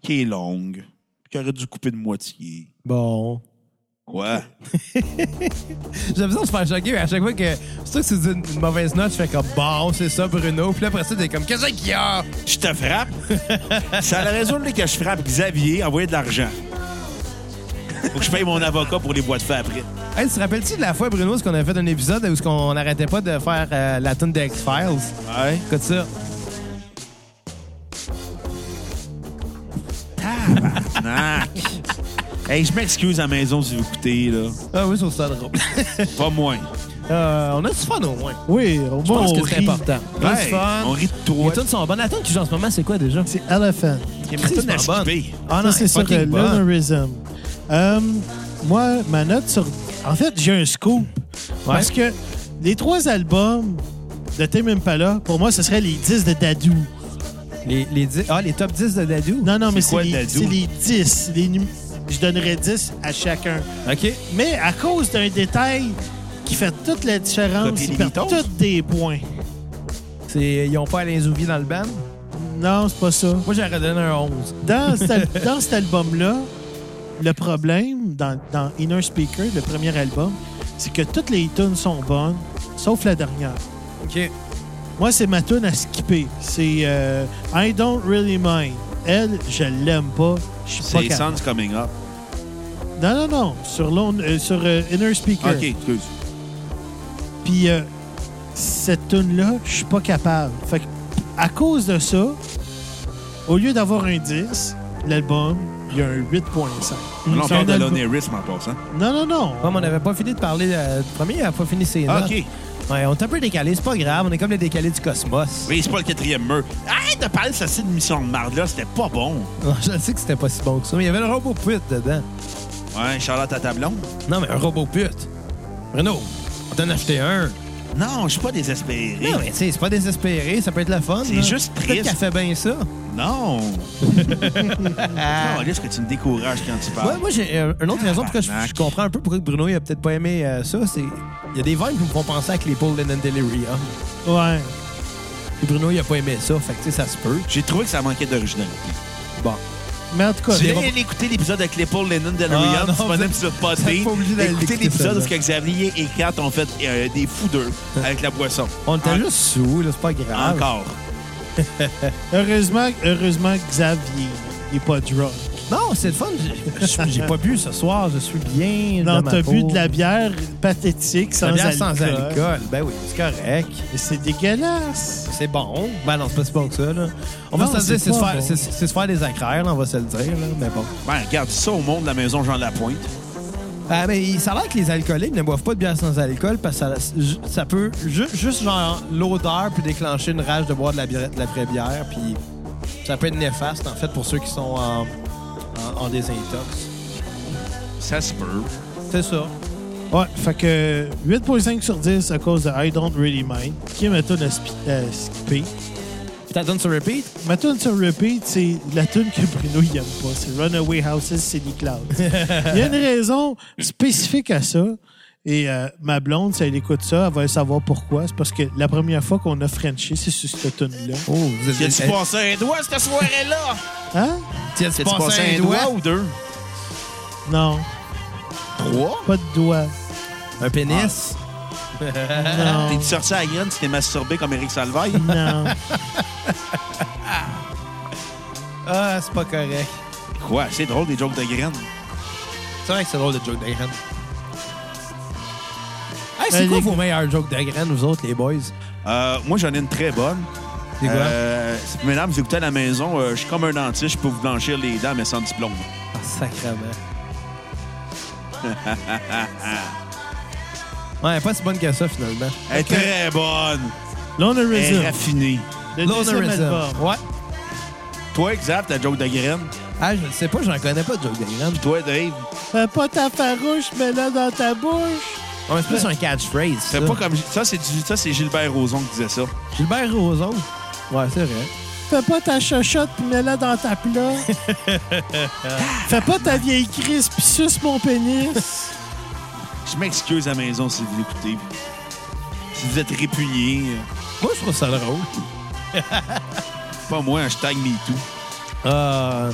[SPEAKER 2] qui est longue, qui aurait dû couper de moitié.
[SPEAKER 1] Bon.
[SPEAKER 2] Ouais.
[SPEAKER 1] J'ai l'impression de se faire choquer à chaque fois que. C'est sûr que tu dis une mauvaise note, je fais comme bon, c'est ça, Bruno. Puis là, après ça, t'es comme qu'est-ce qu'il y a?
[SPEAKER 2] Je te frappe. Ça la raison que je frappe Xavier, envoyer de l'argent. Faut que je paye mon avocat pour les boîtes de fait après.
[SPEAKER 1] Hey, tu te rappelles-tu de la fois, Bruno, ce qu'on avait fait un épisode où on n'arrêtait pas de faire euh, la tune des X-Files?
[SPEAKER 2] Ouais.
[SPEAKER 1] Écoute ça.
[SPEAKER 2] Nac. Hey, je m'excuse à la maison si vous écoutez, là.
[SPEAKER 1] Ah oui, sur ça drôle.
[SPEAKER 2] Pas moins.
[SPEAKER 1] Euh, on a du fun au moins.
[SPEAKER 3] Oui, au
[SPEAKER 1] Je
[SPEAKER 3] moins,
[SPEAKER 1] pense
[SPEAKER 3] on
[SPEAKER 1] que c'est
[SPEAKER 3] rit.
[SPEAKER 1] important. On a du
[SPEAKER 2] Hey,
[SPEAKER 1] fun.
[SPEAKER 2] on rit de
[SPEAKER 1] Les
[SPEAKER 2] toi.
[SPEAKER 1] tunes sont bonnes. La tune qui joue en ce moment, c'est quoi déjà?
[SPEAKER 3] C'est Elephant.
[SPEAKER 2] Il y a
[SPEAKER 1] Chris,
[SPEAKER 2] une tonne à
[SPEAKER 1] c'est pas
[SPEAKER 2] skipper.
[SPEAKER 1] Ah
[SPEAKER 3] ça, c'est sur
[SPEAKER 1] fucking
[SPEAKER 3] euh,
[SPEAKER 1] bonne.
[SPEAKER 3] l'honorism. Euh, moi, ma note sur. En fait, j'ai un scoop. Parce que les trois albums de Tim Impala, pour moi, ce serait les 10 de Dadou.
[SPEAKER 1] Les, les, dix- ah, les top 10 de Dadou?
[SPEAKER 3] Non, non, mais
[SPEAKER 2] quoi,
[SPEAKER 3] c'est les,
[SPEAKER 2] Dadou?
[SPEAKER 3] c'est les 10. les num- je donnerais 10 à chacun.
[SPEAKER 1] OK.
[SPEAKER 3] Mais à cause d'un détail qui fait toute la différence,
[SPEAKER 2] Copier
[SPEAKER 3] ils
[SPEAKER 2] les
[SPEAKER 3] perdent
[SPEAKER 2] Beatles?
[SPEAKER 3] tous des points.
[SPEAKER 1] C'est- Ils ont pas Alain Zouvi dans le band?
[SPEAKER 3] Non, c'est pas ça.
[SPEAKER 1] Moi, j'aurais donné un 11.
[SPEAKER 3] Dans, cet al- dans cet album-là, le problème, dans, dans Inner Speaker, le premier album, c'est que toutes les tunes sont bonnes, sauf la dernière.
[SPEAKER 1] OK.
[SPEAKER 3] Moi, c'est ma tune à skipper. C'est euh, I Don't Really Mind. Elle, je l'aime pas. Je suis pas
[SPEAKER 2] C'est
[SPEAKER 3] capable.
[SPEAKER 2] Sounds Coming Up.
[SPEAKER 3] Non, non, non. Sur, l'onde- euh, sur euh, Inner Speaker.
[SPEAKER 2] OK, excuse.
[SPEAKER 3] Puis euh, cette tune-là, je suis pas capable. Fait que, à cause de ça, au lieu d'avoir un 10, l'album, il y a un 8.5.
[SPEAKER 2] Là, on
[SPEAKER 3] C'est un
[SPEAKER 2] parle de
[SPEAKER 3] album-
[SPEAKER 2] l'onérisme en passant.
[SPEAKER 3] Non, non, non.
[SPEAKER 1] Ouais, mais on n'avait pas fini de parler. euh, le premier, il n'a pas fini ses notes.
[SPEAKER 2] Ah, OK.
[SPEAKER 1] Ouais, on est un peu décalé, c'est pas grave. On est comme les décalés du cosmos.
[SPEAKER 2] Oui, c'est pas le quatrième mur. Arrête de parler de cette site de mission de marde-là. C'était pas bon.
[SPEAKER 1] Je sais que c'était pas si bon que ça, mais il y avait le robot pute dedans.
[SPEAKER 2] Ouais, Charlotte à ta blonde.
[SPEAKER 1] Non, mais un robot pute. Bruno, on t'en a acheté un.
[SPEAKER 2] Non, je suis pas désespéré.
[SPEAKER 1] Non, mais tu sais, c'est pas désespéré, ça peut être le fun.
[SPEAKER 2] C'est
[SPEAKER 1] là.
[SPEAKER 2] juste
[SPEAKER 1] Peut-être
[SPEAKER 2] triste.
[SPEAKER 1] qu'elle fait bien ça.
[SPEAKER 2] Non. Non, est-ce que tu me décourages quand tu
[SPEAKER 1] Ouais,
[SPEAKER 2] parles?
[SPEAKER 1] moi, j'ai euh, une autre raison pourquoi je,
[SPEAKER 2] Bah. Tabarnak.
[SPEAKER 1] je comprends un peu pourquoi Bruno il a peut-être pas aimé euh, ça. C'est Il y a des vibes qui me font penser à Claypool Lennon Delirium.
[SPEAKER 3] Ouais.
[SPEAKER 1] Puis Bruno, il a pas aimé ça. Fait que, tu sais, ça se peut.
[SPEAKER 2] J'ai trouvé que ça manquait d'originalité.
[SPEAKER 1] Bon.
[SPEAKER 3] Mais en tout cas,
[SPEAKER 2] Tu
[SPEAKER 3] les-
[SPEAKER 2] viens écouter l'épisode avec l'épaule Lennon de
[SPEAKER 1] Ah,
[SPEAKER 2] Lorian,
[SPEAKER 1] non,
[SPEAKER 2] tu m'en aimes
[SPEAKER 1] vous
[SPEAKER 2] sur
[SPEAKER 1] êtes- vous
[SPEAKER 2] Poté.
[SPEAKER 1] êtes pas obligé d'aller
[SPEAKER 2] Écoutez
[SPEAKER 1] l'écouter,
[SPEAKER 2] l'épisode où
[SPEAKER 1] celle-là.
[SPEAKER 2] ce que Xavier et Kat ont fait euh, des fous d'eux avec la boisson.
[SPEAKER 1] On était
[SPEAKER 2] En-
[SPEAKER 1] juste sous, là, c'est pas grave.
[SPEAKER 2] Ah. Encore.
[SPEAKER 3] heureusement, heureusement que Xavier n'est pas drunk.
[SPEAKER 1] Non, c'est le fun. J'ai- j'ai- J'ai pas bu ce soir, je suis bien.
[SPEAKER 3] Non,
[SPEAKER 1] dans ma
[SPEAKER 3] t'as bu
[SPEAKER 1] peau.
[SPEAKER 3] de la bière pathétique sans
[SPEAKER 1] La bière
[SPEAKER 3] alcool.
[SPEAKER 1] sans alcool. Ben oui, c'est correct.
[SPEAKER 3] Mais c'est dégueulasse.
[SPEAKER 1] C'est bon. Ben non, c'est pas si bon que ça, là. On va
[SPEAKER 3] Non,
[SPEAKER 1] se le dire,
[SPEAKER 3] c'est
[SPEAKER 1] c'est se
[SPEAKER 3] pas
[SPEAKER 1] faire-
[SPEAKER 3] bon.
[SPEAKER 1] c'est c'est se faire des accraires, là, on va se le dire, là. Mais bon.
[SPEAKER 2] Ben, regarde ça au monde de la maison Jean Lapointe.
[SPEAKER 1] Ah, mais il- ça a l'air que les alcooliques ne boivent pas de bière sans alcool parce que ça, ju- ça peut ju- juste genre l'odeur peut déclencher une rage de boire de la, bière, de la vraie bière puis ça peut être néfaste en fait pour ceux qui sont en, en- en désintox.
[SPEAKER 2] Ça se peut.
[SPEAKER 1] C'est ça.
[SPEAKER 3] Ouais, fait que 8.5 sur 10 à cause de I Don't Really Mind, qui est ma tune à, spi- à skipper.
[SPEAKER 1] Puis t'as donné sur repeat?
[SPEAKER 3] Ma tune sur repeat, c'est la tune que Bruno il aime pas. C'est Runaway Houses City Cloud. Il y a une raison spécifique à ça. Et euh, ma blonde, si elle écoute ça, elle va savoir pourquoi. C'est parce que la première fois qu'on a Frenché, c'est sur cette tune-là.
[SPEAKER 1] Oh, vous
[SPEAKER 2] Y a-tu passé un doigt cette soirée-là?
[SPEAKER 3] Hein?
[SPEAKER 1] T'as-tu
[SPEAKER 2] Y a-tu passé un doigt ou deux?
[SPEAKER 3] Non,
[SPEAKER 2] Trois?
[SPEAKER 3] pas de doigt.
[SPEAKER 1] Un pénis?
[SPEAKER 3] Non.
[SPEAKER 2] T'es-tu sorti à la graine, tu t'es masturbé comme Eric Salvaille?
[SPEAKER 3] non.
[SPEAKER 1] Ah, c'est pas correct.
[SPEAKER 2] Quoi? C'est drôle, des jokes de graines.
[SPEAKER 1] C'est vrai que c'est drôle de joke de graines. Hey,
[SPEAKER 3] Euh,
[SPEAKER 1] c'est quoi
[SPEAKER 3] les-
[SPEAKER 1] vos meilleurs jokes de graines, vous autres, les boys?
[SPEAKER 2] Euh, moi, j'en ai une très bonne.
[SPEAKER 1] C'est quoi?
[SPEAKER 2] Euh, mesdames, vous écoutez à la maison, euh, je suis comme un dentiste, je peux vous blanchir les dents, mais sans diplôme.
[SPEAKER 1] Ah, sacrement. ouais, pas si bonne que ça, finalement.
[SPEAKER 2] Elle est très bonne. Elle est
[SPEAKER 3] L'honorism.
[SPEAKER 2] raffinée.
[SPEAKER 3] Le deuxième
[SPEAKER 1] Lonerism.
[SPEAKER 3] album.
[SPEAKER 1] Ouais.
[SPEAKER 2] Toi, Xav, ta joke de graines.
[SPEAKER 1] Ah, je le sais pas, j'en connais pas de joke de graines.
[SPEAKER 2] Puis toi, Dave.
[SPEAKER 3] Fais pas ta farouche, mais là dans ta bouche.
[SPEAKER 1] Ouais, mais c'est plus un catchphrase.
[SPEAKER 2] C'est
[SPEAKER 1] ça.
[SPEAKER 2] pas comme. Ça, c'est du- ça, c'est Gilbert Rozon qui disait ça.
[SPEAKER 1] Gilbert Rozon. Ouais, c'est vrai.
[SPEAKER 3] Fais pas ta chochotte pis mets-la dans ta plat. Fais pas ta vieille crise pis suce mon pénis.
[SPEAKER 2] Je m'excuse à la maison si vous l'écoutez. Si vous êtes répugné,
[SPEAKER 1] Moi, je trouve ça drôle.
[SPEAKER 2] pas moi, hashtag MeToo.
[SPEAKER 1] Euh...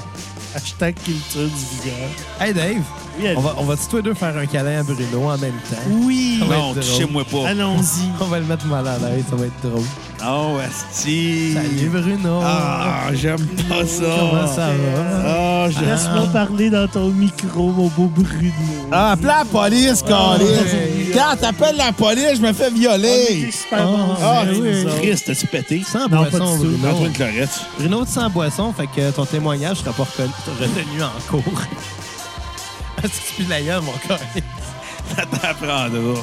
[SPEAKER 3] Hashtag culture du vigueur.
[SPEAKER 1] Hey, Dave,
[SPEAKER 3] Oui, allez.
[SPEAKER 1] on va, on va tous les deux faire un câlin à Bruno en même temps.
[SPEAKER 3] Oui.
[SPEAKER 1] va
[SPEAKER 2] Ah Non,
[SPEAKER 1] être drôle.
[SPEAKER 2] touchez-moi pas.
[SPEAKER 3] Allons-y.
[SPEAKER 1] On va le mettre mal à l'aise, ça va être drôle.
[SPEAKER 2] Oh, asti.
[SPEAKER 1] Salut, Bruno.
[SPEAKER 2] Ah, j'aime pas
[SPEAKER 1] Comment
[SPEAKER 2] ça.
[SPEAKER 1] ça va?
[SPEAKER 2] Ah, j'aime-
[SPEAKER 3] Laisse-moi parler dans ton micro, mon beau Bruno.
[SPEAKER 4] Ah, appelle la police, Calis.
[SPEAKER 1] ouais.
[SPEAKER 4] Quand t'appelles la police, je me fais
[SPEAKER 3] T'es
[SPEAKER 4] violer.
[SPEAKER 3] super
[SPEAKER 1] Ah,
[SPEAKER 3] bon.
[SPEAKER 4] ah,
[SPEAKER 3] c'est
[SPEAKER 1] oui.
[SPEAKER 3] nous autres.
[SPEAKER 2] Christ, t'as-tu pété?
[SPEAKER 1] Sans
[SPEAKER 3] Non, pas
[SPEAKER 1] boisson,
[SPEAKER 3] du tout.
[SPEAKER 1] Bruno.
[SPEAKER 2] Antoine Clarette.
[SPEAKER 1] Bruno, tu sans boisson, fait que ton témoignage sera pas recon- retenu en cours. Parce que tu pues la gueule, mon gars.
[SPEAKER 2] Ça t'apprendra.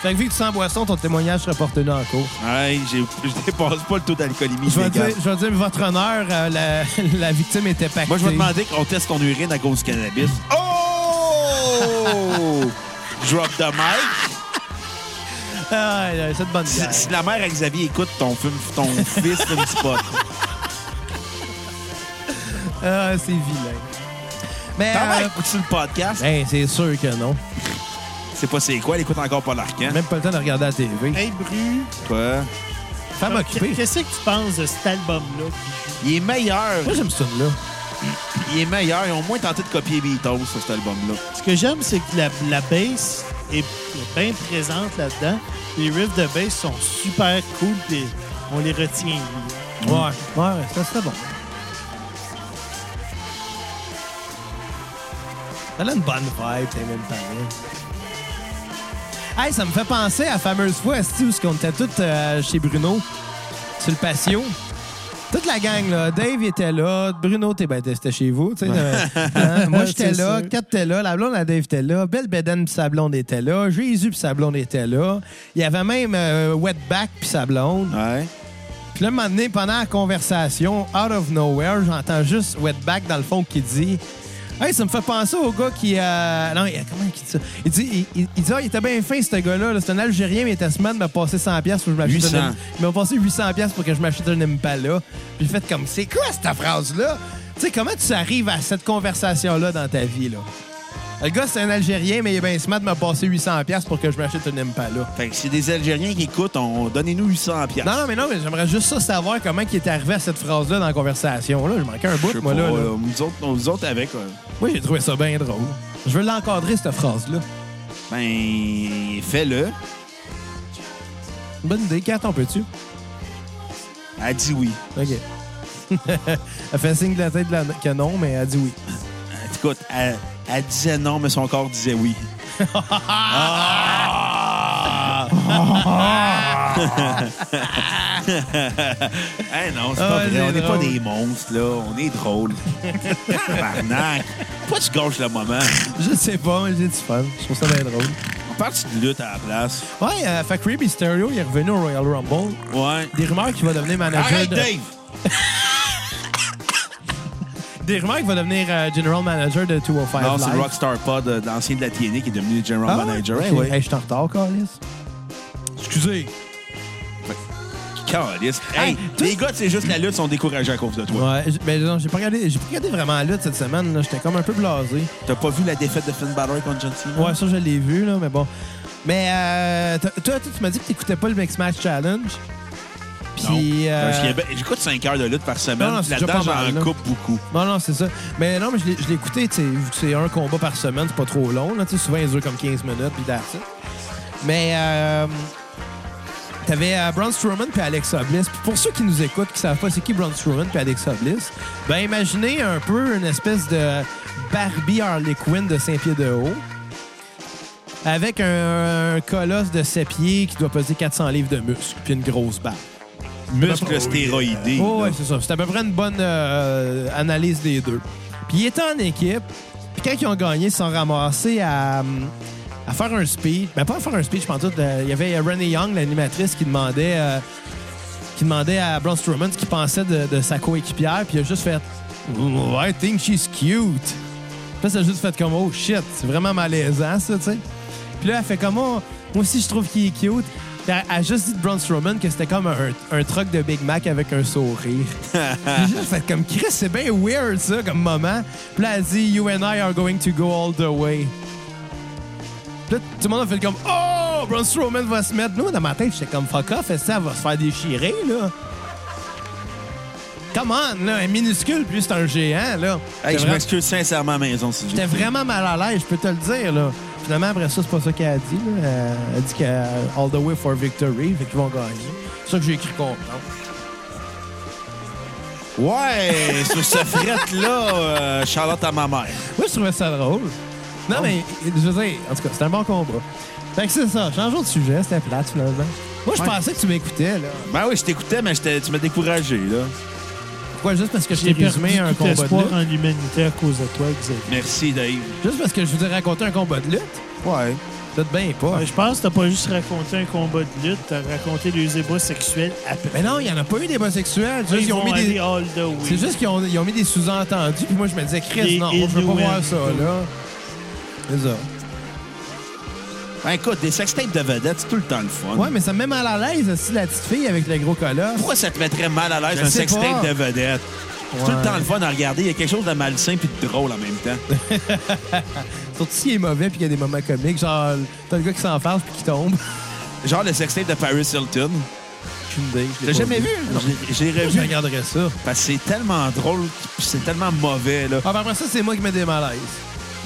[SPEAKER 1] Fait que vu que tu sans boisson, ton témoignage sera pas retenu en cours.
[SPEAKER 2] Hey, j'ai- je dépasse pas le taux d'alcoolémie.
[SPEAKER 1] Je vais
[SPEAKER 2] légal.
[SPEAKER 1] dire, je vais dire, votre honneur, euh, la, la victime était pactée.
[SPEAKER 2] Moi, je vais demander qu'on teste ton urine à cause du cannabis. Oh! Drop the mic.
[SPEAKER 1] Ah, euh, c'est de bonne
[SPEAKER 2] Si,
[SPEAKER 1] bière.
[SPEAKER 2] si la mère à Xavier écoute ton, fume, ton fils, fume du pot.
[SPEAKER 1] Ah, c'est vilain. Mais,
[SPEAKER 2] Ta mère
[SPEAKER 1] euh,
[SPEAKER 2] écoute-tu le podcast?
[SPEAKER 1] ben, c'est sûr que non.
[SPEAKER 2] C'est pas c'est quoi, elle écoute encore pas l'arcan.
[SPEAKER 1] Même pas le temps de regarder la TV.
[SPEAKER 3] Hey, Bru.
[SPEAKER 2] Quoi?
[SPEAKER 1] Femme occupée.
[SPEAKER 3] Qu'est-ce que tu penses de cet album-là? qui joue?
[SPEAKER 2] Il est meilleur.
[SPEAKER 1] Moi, j'aime ça, là.
[SPEAKER 2] Il est meilleur. Ils ont moins tenté de copier Beatles sur cet album-là.
[SPEAKER 3] Ce que j'aime, c'est que la, la bass est est bien présente là-dedans. Les riffs de bass sont super cool et on les retient.
[SPEAKER 1] Ouais, ouais, ça serait bon. Elle a une bonne vibe, t'es même pas là. Hey, ça me fait penser à la fameuse fois, Steve, où est-ce qu'on était tous euh, chez Bruno, sur le patio. Toute la gang, là. Dave il était là. Bruno, t'es ben, t'étais chez vous. tu sais. Hein? Moi, j'étais
[SPEAKER 3] C'est
[SPEAKER 1] là.
[SPEAKER 3] sûr.
[SPEAKER 1] Kat était là. La blonde à Dave était là. Belle Beden puis sa blonde était là. Jésus puis sa blonde était là. Il y avait même euh, Wetback puis sa blonde.
[SPEAKER 2] Ouais.
[SPEAKER 1] Puis là, un moment donné, pendant la conversation, out of nowhere, j'entends juste Wetback dans le fond qui dit Hey, ça me fait penser au gars qui. euh, Non, il- comment il dit ça Il dit, il, il- il dit Ah, il était bien fin, ce gars-là. là. C'est un Algérien, mais cette semaine, il m'a passé 100$ piastres pour que je m'achète
[SPEAKER 2] 800.
[SPEAKER 1] un. Il m'a passé 800$ piastres pour que je m'achète un Impala. Puis j'ai fait comme C'est quoi cette phrase-là Tu sais, comment tu arrives à cette conversation-là dans ta vie, là le gars, c'est un Algérien, mais il est bien smart de m'a passé 800$ piastres pour que je m'achète un Impala.
[SPEAKER 2] Fait que c'est des Algériens qui écoutent, on... donnez-nous 800 pièces.
[SPEAKER 1] Non, non, mais non, mais j'aimerais juste ça savoir comment il est arrivé à cette phrase-là dans la conversation. Là, je manquais un bout, moi, là, là.
[SPEAKER 2] euh, Nous autres, nous autres avec. euh,
[SPEAKER 1] Moi, j'ai trouvé ça bien drôle. Je veux l'encadrer, cette phrase-là.
[SPEAKER 2] Ben, fais-le.
[SPEAKER 1] Bonne idée. Kat, on peut-tu?
[SPEAKER 2] Elle dit oui.
[SPEAKER 1] OK. elle fait signe de la tête de la- que non, mais elle dit oui.
[SPEAKER 2] Elle- Écoute, elle, elle disait non, mais son corps disait oui. Ah! Eh non, c'est
[SPEAKER 1] Ah,
[SPEAKER 2] pas
[SPEAKER 1] c'est
[SPEAKER 2] vrai. On n'est pas
[SPEAKER 1] drôle.
[SPEAKER 2] des monstres, là. On est drôles. Tabarnak. Pourquoi tu gâches le moment?
[SPEAKER 1] Je sais pas, mais j'ai du fun. Je trouve ça bien drôle.
[SPEAKER 2] On parle de lutte à la place.
[SPEAKER 1] Ouais, euh, fait que Rey Mysterio, il est revenu au Royal Rumble.
[SPEAKER 2] Ouais.
[SPEAKER 1] Des rumeurs qu'il va devenir manager...
[SPEAKER 2] Arrête,
[SPEAKER 1] de-
[SPEAKER 2] Dave!
[SPEAKER 1] Des rumeurs qu'il va devenir euh, general manager de 205
[SPEAKER 2] Non,
[SPEAKER 1] Live.
[SPEAKER 2] c'est Rockstar Pod, euh, l'ancien de la TNA, qui est devenu le General
[SPEAKER 1] Ah,
[SPEAKER 2] Manager.
[SPEAKER 1] ok.
[SPEAKER 2] Eh oui.
[SPEAKER 1] Hey, je suis en retard, Carlis. Excusez.
[SPEAKER 2] Caliste. Hey,
[SPEAKER 1] Hey,
[SPEAKER 2] les gars, c'est juste la lutte, sont découragés à cause de toi.
[SPEAKER 1] Ouais, j- ben non, j'ai pas regardé, j'ai pas regardé vraiment la lutte cette semaine. là. J'étais comme un peu blasé.
[SPEAKER 2] T'as pas vu la défaite de Finn Balor contre John Cena?
[SPEAKER 1] Ouais, ça je l'ai vu là, mais bon. Mais euh, t'as- toi, toi, tu m'as dit que t'écoutais pas le Mix Match Challenge. Puis
[SPEAKER 2] Non.
[SPEAKER 1] euh,
[SPEAKER 2] Parce qu'il y a- J'écoute 5 heures de lutte par semaine.
[SPEAKER 1] Non, non,
[SPEAKER 2] puis
[SPEAKER 1] c'est déjà
[SPEAKER 2] Là-dedans,
[SPEAKER 1] pas mal,
[SPEAKER 2] j'en
[SPEAKER 1] là.
[SPEAKER 2] coupe beaucoup.
[SPEAKER 1] non, non, c'est ça. Mais non, mais je l'ai- je l'ai écouté. tu sais, vu que C'est un combat par semaine, c'est pas trop long. Là, tu sais, souvent ils durent comme 15 minutes puis that's it. Mais euh, t'avais euh, Braun Strowman puis Alexa Bliss. Puis pour ceux qui nous écoutent, qui savent pas c'est qui Braun Strowman puis Alexa Bliss, ben imaginez un peu une espèce de Barbie Harley Quinn de 5 pieds de haut. Avec un, un colosse de 7 pieds qui doit peser 400 livres de muscles, puis une grosse barbe.
[SPEAKER 2] Muscle stéroïdé.
[SPEAKER 1] Ben, Oh,
[SPEAKER 2] là.
[SPEAKER 1] ouais, c'est ça. C'est à peu près une bonne euh, analyse des deux. Puis il était en équipe. Puis quand ils ont gagné, ils se sont ramassés à, hum, à faire un speech. Mais pas à faire un speech, pendant tout. euh, Il y avait Renee Young, l'animatrice, qui demandait euh, qui demandait à Braun Strowman ce qu'il pensait de, de sa coéquipière. Puis il a juste fait I think she's cute. Puis là, ça a juste fait comme Oh shit, c'est vraiment malaisant, ça, tu sais. Puis là, elle fait comme oh, moi aussi, je trouve qu'il est cute. Puis elle elle a juste dit de Braun Strowman que c'était comme un, un truc de Big Mac avec un sourire. Puis j'ai juste fait comme Chris, c'est bien weird ça comme moment. Puis là, elle dit You and I are going to go all the way. Puis là, tout le monde a fait comme Oh, Braun Strowman va se mettre. Nous, dans ma tête, j'étais comme Fuck off, est-ce que ça va se faire déchirer, là? Come on, là, un minuscule, puis c'est un géant, là. C'est
[SPEAKER 2] Hey, je
[SPEAKER 1] vrai-
[SPEAKER 2] m'excuse sincèrement à la maison, si
[SPEAKER 1] J'étais vraiment mal à l'aise, je peux te le dire, là. Finalement, après ça, c'est pas ça qu'elle a dit, là. Euh, Elle a dit que euh, all the way for victory, fait qu'ils vont gagner. C'est ça que j'ai écrit contre. hein.
[SPEAKER 2] Ouais, sur ce frette-là, euh, Charlotte à ma mère.
[SPEAKER 1] Moi, je trouvais ça drôle. Non, mais, je veux dire, en tout cas, c'était un bon combat. Fait que c'est ça, changeons de sujet, c'était plate, finalement. Moi, je
[SPEAKER 2] Ouais.
[SPEAKER 1] pensais que tu m'écoutais, là.
[SPEAKER 2] Ben oui, je t'écoutais, mais j'étais- tu m'as découragé, là.
[SPEAKER 1] Pourquoi? Juste parce que je t'ai
[SPEAKER 3] J'ai perdu
[SPEAKER 1] résumé un
[SPEAKER 3] tout
[SPEAKER 1] combat de
[SPEAKER 3] espoir
[SPEAKER 1] lutte.
[SPEAKER 3] en l'humanité à cause de toi, Xavier.
[SPEAKER 2] Merci, Dave.
[SPEAKER 1] Juste parce que je vous ai raconté un combat de lutte.
[SPEAKER 2] Ouais.
[SPEAKER 1] Vous êtes bien pas.
[SPEAKER 3] Ouais, Euh, je pense que t'as pas juste raconté un combat de lutte, t'as raconté les ébats sexuels après.
[SPEAKER 1] Mais non, il n'y en a pas eu des sexuels. Juste, ils ont
[SPEAKER 3] vont
[SPEAKER 1] mis
[SPEAKER 3] aller
[SPEAKER 1] des...
[SPEAKER 3] all the way.
[SPEAKER 1] C'est juste qu'ils ont, ils ont mis des sous-entendus, puis moi je me disais, Chris,
[SPEAKER 3] Des
[SPEAKER 1] non, moi, je veux pas
[SPEAKER 3] innuendos.
[SPEAKER 1] voir ça, là. C'est ça.
[SPEAKER 2] Ben écoute, des sextapes de vedettes, c'est tout le temps le fun.
[SPEAKER 1] Ouais, mais ça me met mal à l'aise aussi, la petite fille avec le gros colosse.
[SPEAKER 2] Pourquoi ça te mettrait mal à l'aise
[SPEAKER 1] Je
[SPEAKER 2] un
[SPEAKER 1] sais
[SPEAKER 2] sextape
[SPEAKER 1] pas.
[SPEAKER 2] de vedettes? C'est tout
[SPEAKER 1] Ouais.
[SPEAKER 2] le temps le fun à regarder. Il y a quelque chose de malsain puis de drôle en même temps.
[SPEAKER 1] Surtout s'il est mauvais, puis qu'il y a des moments comiques, genre, t'as le gars qui s'enfarge puis qui tombe.
[SPEAKER 2] Genre le sextape de Paris Hilton.
[SPEAKER 1] Aucune idée, je l'ai pas
[SPEAKER 2] T'as jamais vu? J'ai
[SPEAKER 1] Moi, Je
[SPEAKER 2] revu.
[SPEAKER 1] regarderais ça.
[SPEAKER 2] Parce que c'est tellement drôle, puis c'est tellement mauvais, là. Ah
[SPEAKER 1] Ah, ben après ça, c'est moi qui mets des malaises.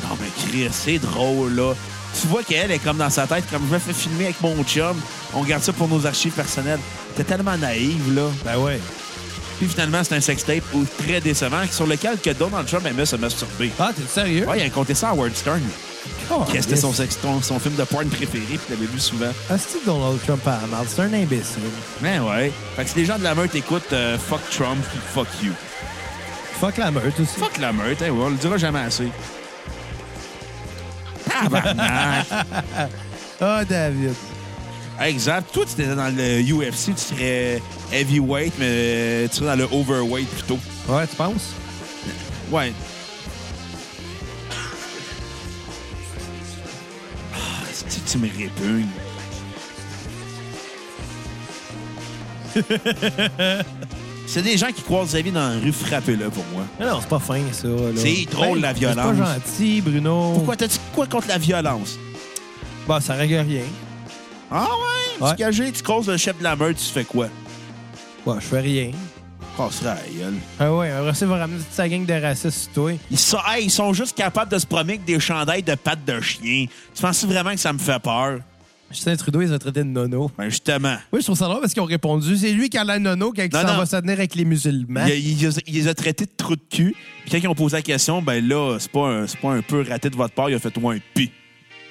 [SPEAKER 2] Non, mais Chris, c'est drôle, là. Tu vois qu'elle est comme dans sa tête, comme je me fais filmer avec mon chum. On garde ça pour nos archives personnelles. T'es tellement naïve, là.
[SPEAKER 1] Ben ouais.
[SPEAKER 2] Puis finalement, c'est un sextape ou très décevant sur lequel que Donald Trump aimait se masturber.
[SPEAKER 1] Ah, t'es sérieux?
[SPEAKER 2] Ouais, il a compté ça à Howard Stern,
[SPEAKER 1] Oh,
[SPEAKER 2] qui c'était
[SPEAKER 1] yes.
[SPEAKER 2] son, sex- ton- son film de porn préféré, puis il l'avait vu souvent.
[SPEAKER 1] Ah, c'est-tu Donald Trump à la marde? C'est un imbécile.
[SPEAKER 2] Ben ouais. Fait que si les gens de la meute écoutent euh, Fuck Trump, puis fuck you.
[SPEAKER 1] Fuck la meute aussi.
[SPEAKER 2] Fuck la meute, hein, ouais, on le dira jamais assez. Tabarnak!
[SPEAKER 1] Ah, David.
[SPEAKER 2] Exact. Toi, tu étais dans le UFC, tu serais heavyweight, mais euh, tu serais dans le overweight plutôt.
[SPEAKER 1] Ouais, tu penses?
[SPEAKER 2] Ouais. Ah, tu, tu me répugnes. C'est des gens qui croisent Xavier dans la rue, frappez-le pour moi.
[SPEAKER 1] Mais non, c'est pas fin, ça. là.
[SPEAKER 2] C'est drôle, la violence.
[SPEAKER 1] Ben, C'est pas gentil, Bruno.
[SPEAKER 2] Pourquoi t'as-tu quoi contre la violence?
[SPEAKER 1] Bah, ça règle rien.
[SPEAKER 2] Ah ouais?
[SPEAKER 1] Ouais.
[SPEAKER 2] Tu cages, tu causes le chef de la meute, tu fais quoi?
[SPEAKER 1] Bah, je fais rien.
[SPEAKER 2] Passerai à la gueule.
[SPEAKER 1] Ah ouais, après ça, il va ramener toute sa gang de racistes sur toi.
[SPEAKER 2] Ils sont, hey, ils sont juste capables de se promener avec des chandails de pattes de chien. Tu penses vraiment que ça me fait peur?
[SPEAKER 1] Justin Trudeau, ils ont traité de nono.
[SPEAKER 2] Ben justement.
[SPEAKER 1] Oui, je trouve ça drôle parce qu'ils ont répondu. C'est lui qui a la nono quand il
[SPEAKER 2] Non,
[SPEAKER 1] s'en
[SPEAKER 2] non.
[SPEAKER 1] va se tenir avec les musulmans.
[SPEAKER 2] Il, a- il les a- il les a traités de trous de cul. Puis quand ils ont posé la question, ben là, c'est pas, un- c'est pas un peu raté de votre part, il a fait ouais, un pi.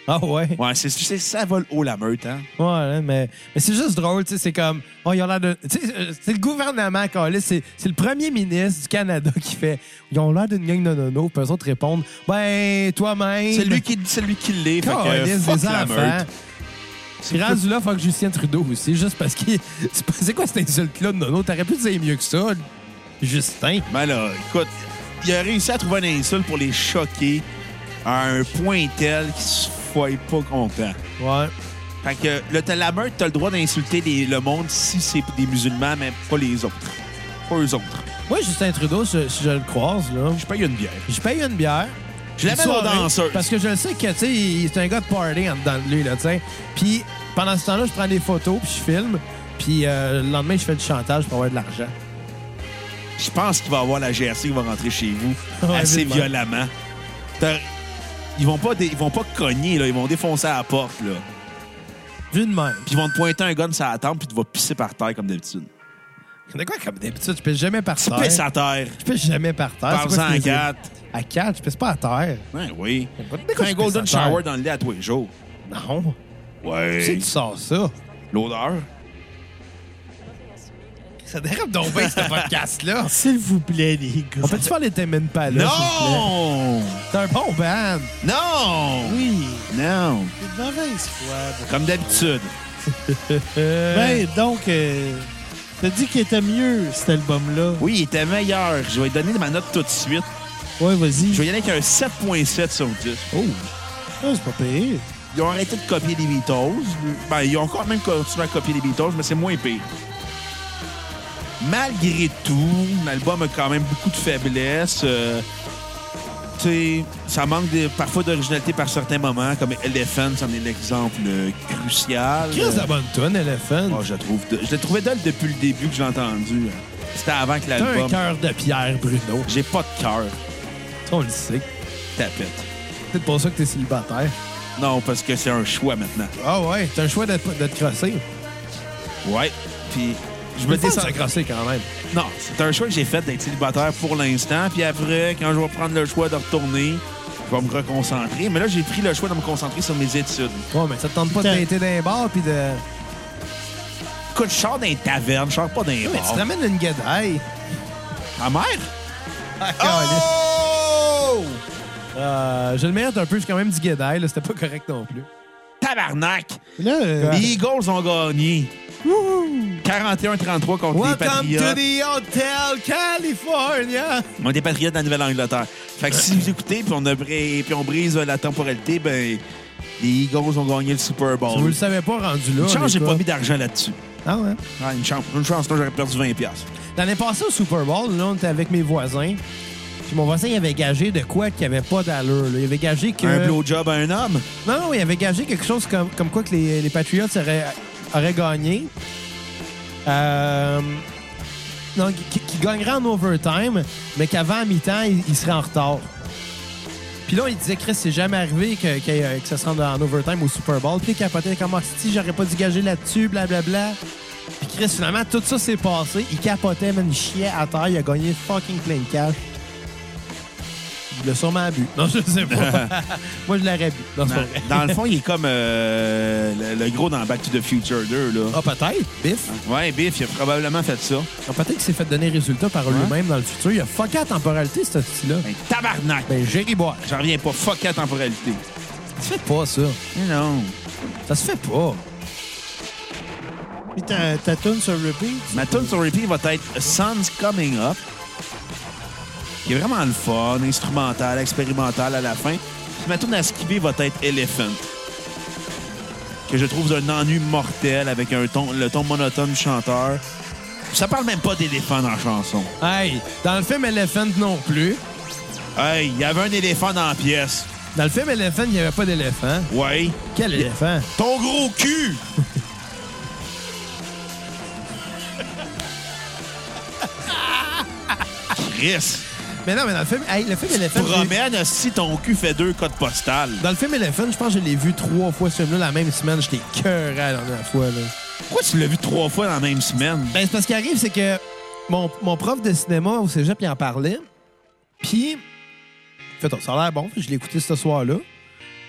[SPEAKER 1] Ah ouais.
[SPEAKER 2] Ouais, c'est, c'est- ça vole haut la meute, hein?
[SPEAKER 1] Ouais, là, mais, mais c'est juste drôle, tu sais. C'est comme. Oh, ils ont l'air de. Tu sais, euh, c'est le gouvernement, Carlis. C'est c'est le premier ministre du Canada qui fait. Ils ont l'air d'une gang de nono. Puis eux autres répondent. Ben, toi-même.
[SPEAKER 2] C'est lui qui, c'est lui qui l'est. Fait que,
[SPEAKER 1] Carlis,
[SPEAKER 2] fuck
[SPEAKER 1] des
[SPEAKER 2] la
[SPEAKER 1] enfants.
[SPEAKER 2] meute. C'est
[SPEAKER 1] Puis rendu là, faut que Justin Trudeau aussi, juste parce que. C'est pas- c'est quoi cette insulte-là de Nono? T'aurais pu dire mieux que ça, Justin.
[SPEAKER 2] Ben là, écoute, il a réussi à trouver une insulte pour les choquer à un point tel qu'ils se foient pas contents.
[SPEAKER 1] Ouais.
[SPEAKER 2] Fait que le, t'as- la meute, t'as le droit d'insulter les- le monde si c'est des musulmans, mais pas les autres. Pas eux autres.
[SPEAKER 1] Moi, Justin Trudeau, je- si je le croise, là,
[SPEAKER 2] Je paye une bière.
[SPEAKER 1] je paye une bière.
[SPEAKER 2] Je l'amène
[SPEAKER 1] Une
[SPEAKER 2] aux
[SPEAKER 1] soirée,
[SPEAKER 2] danseuses.
[SPEAKER 1] Parce que je le sais que, tu sais, il- c'est un gars de party en dedans de lui, là, tu sais. Puis pendant ce temps-là, je prends des photos, puis je filme. Puis euh, le lendemain, je fais du chantage pour avoir de l'argent.
[SPEAKER 2] Je pense qu'il va avoir la GRC qui va rentrer chez vous
[SPEAKER 1] Ouais,
[SPEAKER 2] assez
[SPEAKER 1] évidemment.
[SPEAKER 2] violemment. T'as- Ils vont pas dé- ils vont pas cogner, là. ils vont défoncer à la porte. Là.
[SPEAKER 1] Vu de même.
[SPEAKER 2] Puis ils vont te pointer un gun sur la tempe puis tu vas pisser par terre comme d'habitude.
[SPEAKER 1] De quoi, comme d'habitude, je pisse jamais par
[SPEAKER 2] Tu
[SPEAKER 1] terre.
[SPEAKER 2] pisses à terre.
[SPEAKER 1] Je pisse jamais par terre. C'est quoi
[SPEAKER 2] Pars-en
[SPEAKER 1] ce
[SPEAKER 2] à
[SPEAKER 1] plaisir?
[SPEAKER 2] quatre.
[SPEAKER 1] À quatre, je pisse pas à terre.
[SPEAKER 2] Ouais, oui.
[SPEAKER 1] quoi je
[SPEAKER 2] T'as
[SPEAKER 1] pisse
[SPEAKER 2] un
[SPEAKER 1] à
[SPEAKER 2] golden
[SPEAKER 1] terre?
[SPEAKER 2] shower dans le lit à tous les jours.
[SPEAKER 1] Non. Tu sais,
[SPEAKER 2] Ouais.
[SPEAKER 1] que tu sors ça.
[SPEAKER 2] L'odeur.
[SPEAKER 1] Ça dérape donc bien, ce podcast-là.
[SPEAKER 3] S'il vous plaît, les gars.
[SPEAKER 1] On peut-tu faire les Temin Palace?
[SPEAKER 2] Non!
[SPEAKER 1] C'est un bon band.
[SPEAKER 2] Non!
[SPEAKER 3] Oui,
[SPEAKER 2] Non!
[SPEAKER 3] c'est de mauvaise foi. bon.
[SPEAKER 2] Comme d'habitude.
[SPEAKER 1] Euh,
[SPEAKER 3] Ben, donc, euh, t'as dit qu'il était mieux, cet album-là.
[SPEAKER 2] Oui, il était meilleur. Je vais lui donner ma note tout de suite.
[SPEAKER 3] Ouais, vas-y.
[SPEAKER 2] Je vais y aller avec un 7.7 sur 10.
[SPEAKER 3] Ah, c'est pas payé.
[SPEAKER 2] Ils ont arrêté de copier les Beatles. Ben, ils ont quand même continué à copier les Beatles, mais c'est moins pire. Malgré tout, l'album a quand même beaucoup de faiblesses. euh, tu sais, ça manque de- parfois d'originalité par certains moments, comme Elephant, c'en est l'exemple euh, crucial.
[SPEAKER 1] Chris de bonne tonne, Elephant.
[SPEAKER 2] Oh, je, la trouve de- je l'ai trouvé dole depuis le début que j'ai entendu. C'était avant que
[SPEAKER 1] T'as un
[SPEAKER 2] l'album.
[SPEAKER 1] cœur de pierre, Bruno.
[SPEAKER 2] J'ai pas de cœur,
[SPEAKER 1] On le sait.
[SPEAKER 2] tapette.
[SPEAKER 1] C'est peut-être pour ça que t'es célibataire.
[SPEAKER 2] Non, parce que c'est un choix maintenant.
[SPEAKER 1] Ah ouais, t'as le choix de, de te crosser.
[SPEAKER 2] Ouais. Puis je
[SPEAKER 1] Mais
[SPEAKER 2] me
[SPEAKER 1] t'es
[SPEAKER 2] dis
[SPEAKER 1] sans crosser quand même.
[SPEAKER 2] Non, c'est un choix que j'ai fait d'être célibataire pour l'instant. Puis après, quand je vais prendre le choix de retourner, je vais me reconcentrer. Mais là, j'ai pris le choix de me concentrer sur mes études.
[SPEAKER 1] Ouais, mais ça te tente pas
[SPEAKER 3] Putain.
[SPEAKER 1] de teinter d'un bar puis de.
[SPEAKER 2] Écoute, je sors d'un taverne, je sors pas d'un
[SPEAKER 1] Mais tu
[SPEAKER 2] bar.
[SPEAKER 1] ramènes une guedaille.
[SPEAKER 2] Ma mère?
[SPEAKER 1] Ah, câlisse.
[SPEAKER 2] Oh!
[SPEAKER 1] Euh, je le mérite un peu, j'ai quand même dit guedaille, là, c'était pas correct non plus.
[SPEAKER 2] Tabarnak!
[SPEAKER 3] Là, euh,
[SPEAKER 2] Les Eagles ont gagné. 41-33 contre les Patriots.
[SPEAKER 1] the Hotel California!
[SPEAKER 2] On est des patriotes de la Nouvelle-Angleterre. Fait que si vous écoutez, puis on, a bri- puis on brise euh, la temporalité, ben, les Eagles ont gagné le Super
[SPEAKER 1] Si vous
[SPEAKER 2] Bowl.
[SPEAKER 1] le savez pas, rendu là.
[SPEAKER 2] Une
[SPEAKER 1] on est
[SPEAKER 2] chance, j'ai pas mis d'argent là-dessus.
[SPEAKER 1] Ah ouais.
[SPEAKER 2] Ah, une chance, une chance, là, j'aurais perdu 20$. piastres.
[SPEAKER 1] L'année passée au Super Bowl, là, on était avec mes voisins. Puis mon voisin, il avait gagé de quoi qu'il n'y avait pas d'allure. là. Il avait gagé que.
[SPEAKER 2] Un blowjob à un homme?
[SPEAKER 1] Non, non, il avait gagé quelque chose comme, comme quoi que les, les Patriots auraient, auraient gagné. Euh, non, qui, qui gagnerait en overtime, mais qu'avant à mi-temps, il, il serait en retard. Puis là, il disait, Chris, c'est jamais arrivé que, euh, que- que ça se rende en overtime au Super Bowl. Puis il capotait comme, Ah, si, j'aurais pas dû gager là-dessus, blablabla. Puis Chris, finalement, tout ça s'est passé. Il capotait, même, il chiait à terre. Il a gagné fucking plein de cash. Il l'a sûrement bu. Non, je sais pas. Moi, je l'aurais bu. Non, c'est pas
[SPEAKER 2] Dans,
[SPEAKER 1] vrai.
[SPEAKER 2] dans le fond, il est comme euh, le, le gros dans Back to the Future 2. Là.
[SPEAKER 1] Ah, peut-être, Biff.
[SPEAKER 2] Ouais, Biff, il a probablement fait ça.
[SPEAKER 1] Ah, peut-être qu'il s'est fait donner résultat par lui-même dans le futur. Il a fucké la temporalité, ce style-là.
[SPEAKER 2] Ben, tabarnak!
[SPEAKER 1] Ah. Ben, Jerry Bois.
[SPEAKER 2] J'en reviens pas. Fuck la temporalité.
[SPEAKER 1] Ça se fait pas, ça.
[SPEAKER 2] Mais non.
[SPEAKER 1] Ça se fait pas.
[SPEAKER 3] puis ta, ta tune sur repeat.
[SPEAKER 2] Ma tune sur repeat va être Sun's Coming Up. Qui est vraiment le fun, instrumental, expérimental à la fin. Puis ma tune à skipper va être Elephant. Que je trouve d'un ennui mortel avec un ton, le ton monotone du chanteur. Ça parle même pas d'éléphant dans la chanson.
[SPEAKER 1] Hey, dans le film Elephant non plus.
[SPEAKER 2] Hey, il y avait un éléphant dans la pièce.
[SPEAKER 1] Dans le film Elephant, il n'y avait pas d'éléphant.
[SPEAKER 2] Ouais.
[SPEAKER 1] Quel éléphant?
[SPEAKER 2] Ton gros cul! Chris!
[SPEAKER 1] Mais non, mais dans le film, hey, le film Elephant. je l'ai-
[SPEAKER 2] Promène si ton cul fait deux codes postales.
[SPEAKER 1] Dans le film Elephant, je pense que je l'ai vu trois fois ce film-là la même semaine. J'étais cœur la dernière fois, là.
[SPEAKER 2] Pourquoi tu l'as vu trois fois dans la même semaine?
[SPEAKER 1] Ben, c'est parce qu'il arrive, c'est que mon, mon prof de cinéma au cégep, il en parlait. Puis, fait, oh, ça a l'air bon. Fait que Je l'ai écouté ce soir-là.